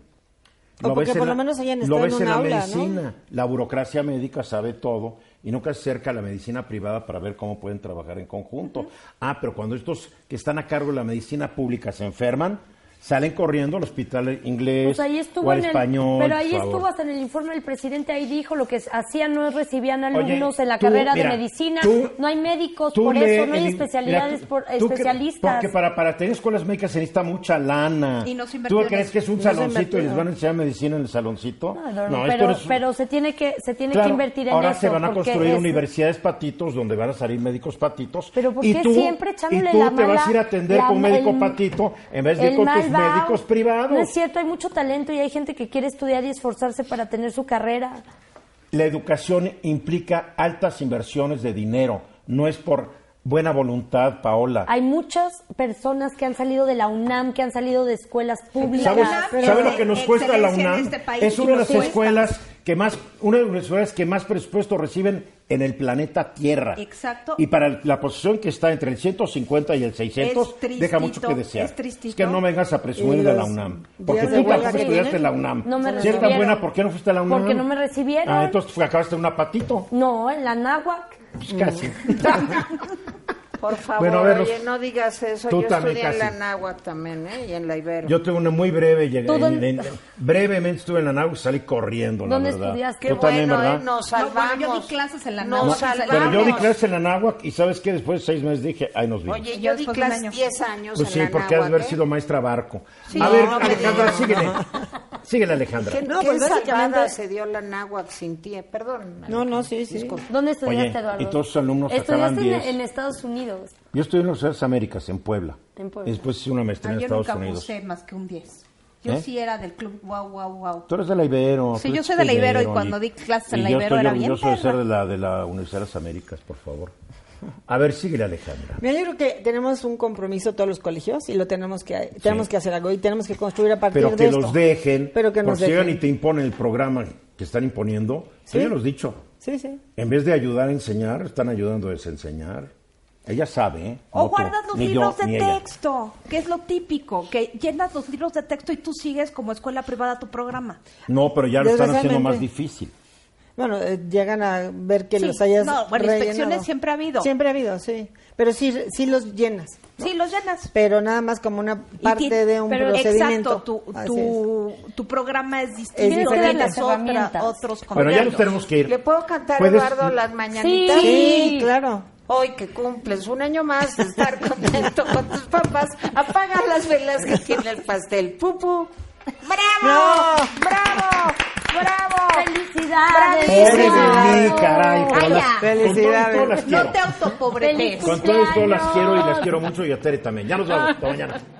O porque por lo menos hayan estado
lo ves
en un
la
aula, ¿no?
medicina. La burocracia médica sabe todo y nunca se acerca a la medicina privada para ver cómo pueden trabajar en conjunto. Ah, pero cuando estos que están a cargo de la medicina pública se enferman, salen corriendo al hospital inglés
Pues ahí estuvo
o al
en el-
español.
pero ahí
por favor.
estuvo hasta en el informe del presidente, ahí dijo lo que hacían, no recibían
Oye,
alumnos en la
tú,
carrera
mira,
de medicina,
tú-
no hay médicos
Tú
por
lee
eso,
el-
no hay
mira,
especialidades
tú-
por
tú cre-
especialistas.
Porque para, para tener escuelas médicas se necesita mucha lana.
Y no se
¿Tú
invirtió en
crees
eso.
que es un
No se
saloncito y
invirtió. Ah,
les van a enseñar medicina en el saloncito?
No,
No,
no, no,
esto
pero,
es-
pero se tiene que se tiene
Claro,
que invertir en
ahora
eso.
se van a
porque
construir
es-
universidades patitos donde van a salir médicos patitos. Pero
¿por
y
qué
tú,
siempre echándole
y tú
la
te vas a
mala-
ir a atender
la
con un
ma-
médico
el-
patito en vez de ir
el
con tus
mal va.
médicos privados.
No es cierto, hay mucho talento y hay gente que quiere estudiar y esforzarse para tener su carrera.
La educación implica altas inversiones de dinero. No es por buena voluntad, Paola.
Hay muchas personas que han salido de la UNAM, que han salido de escuelas públicas.
¿Sabes, ¿sabe lo que nos cuesta la UNAM?
este
es una de las escuelas que más, una de las universidades que más presupuesto reciben en el planeta Tierra.
Exacto.
Y para la posición que está entre el 150 y el 600,
Es tristito,
deja mucho que desear.
es tristito.
que no vengas a presumir
Y
de la
los
UNAM.
días
Porque
de
tú
huelga
tampoco
que
estudiaste en
tienen,
la UNAM.
no me
si eres tan
recibieron.
buena, ¿por qué no fuiste a la UNAM?
Porque no me recibieron.
Ah, entonces fue- acabaste en una patito.
No, en la náhuac.
Pues casi.
Por favor,
Bueno, a ver,
oye,
los-
no digas eso.
tú
Yo
también
estudié en la
casi.
náhuatl también, ¿eh? Y en la Ibero.
Yo tuve una muy breve llegada.
Todo el-
brevemente estuve en la náhuatl y salí corriendo, la
¿Dónde
verdad.
estudiaste?
Tú
Qué
también,
bueno,
¿verdad?
¿eh? Nos
No, bueno,
salvamos.
yo di clases en la
Nos
náhuatl.
salvamos.
Pero yo di clases en la náhuac y ¿sabes qué? Después de seis meses dije, ay, nos vimos.
Oye, yo di
Después de un
clases
año.
10 años
Pues
en
sí,
la
porque has de haber
náhuatl, ¿eh?
sido maestra barco.
Sí,
a ver,
no,
Alejandra,
no.
*laughs*
síguele. Síguele, Alejandra.
¿Qué,
No,
qué
pues
salvada
básicamente-
se dio la náhuatl sin ti? eh? Perdón.
No, no, sí, sí.
Oye,
¿Dónde estudiaste, Eduardo?
y todos sus alumnos sacaban
Estudiaste en,
10.
en Estados Unidos.
Yo estudié en las Universidades Américas, en Puebla.
En Puebla.
Después hice una maestría
Ah,
en
yo
Estados
nunca
Unidos.
puse más que un 10. Yo
¿Eh?
sí era del club wow, wow, wow.
Tú eres de la Ibero.
Sí,
tú
yo
eres
soy de la Ibero y
Ibero,
cuando di clases en
y
la
yo
Ibero
estoy
era bien
orgulloso de ser
perra.
de la, de la Universidad de las Américas, por favor. A ver, síguele, Alejandra.
Mira, yo creo que tenemos un compromiso todos los colegios y lo tenemos que tenemos
Sí.
que hacer algo y tenemos que construir a partir
Pero
de
que
esto.
los dejen.
Pero que nos
porque llegan y
dejen.
te imponen el programa que están imponiendo.
Sí.
Yo ya los he dicho.
Sí, sí.
En vez de ayudar a enseñar, están ayudando a desenseñar. Ella sabe, ¿eh?
O
No tú,
guardas los
ni yo,
libros
ni
de
ella.
texto, que es lo típico, que llenas los libros de texto y tú sigues como escuela privada tu programa.
No, pero ya lo están haciendo
Desgraciadamente.
más difícil.
Bueno, eh, llegan a ver que
Sí,
los hayas
no, bueno,
rellenado.
inspecciones siempre ha habido.
Siempre ha habido, sí. Pero sí sí los llenas,
Sí, los llenas.
pero nada más como una
Y
parte
ti-
de un
pero-
procedimiento.
Exacto, tu,
Así
tu, tu programa es distinto.
diferente.
tienes
Las
otra-
herramientas.
otros
Bueno, ya nos
contenidos.
tenemos que ir.
¿Le puedo cantar,
¿Puedes-
Eduardo, las mañanitas?
es. Sí, claro.
Hoy que cumples un año más de estar contento con tus papás, apaga las velas que tiene el pastel. ¡Pupu! ¡Bravo! ¡Bravo! ¡Bravo!
¡Felicidades!
Pobre de
Eduardo!
mí, caray. pero las- con todo y todo
Felicidades.
las quiero.
No te autopobretes.
Con todo esto las quiero y las quiero mucho y a Tere también. Ya nos vamos. Hasta mañana.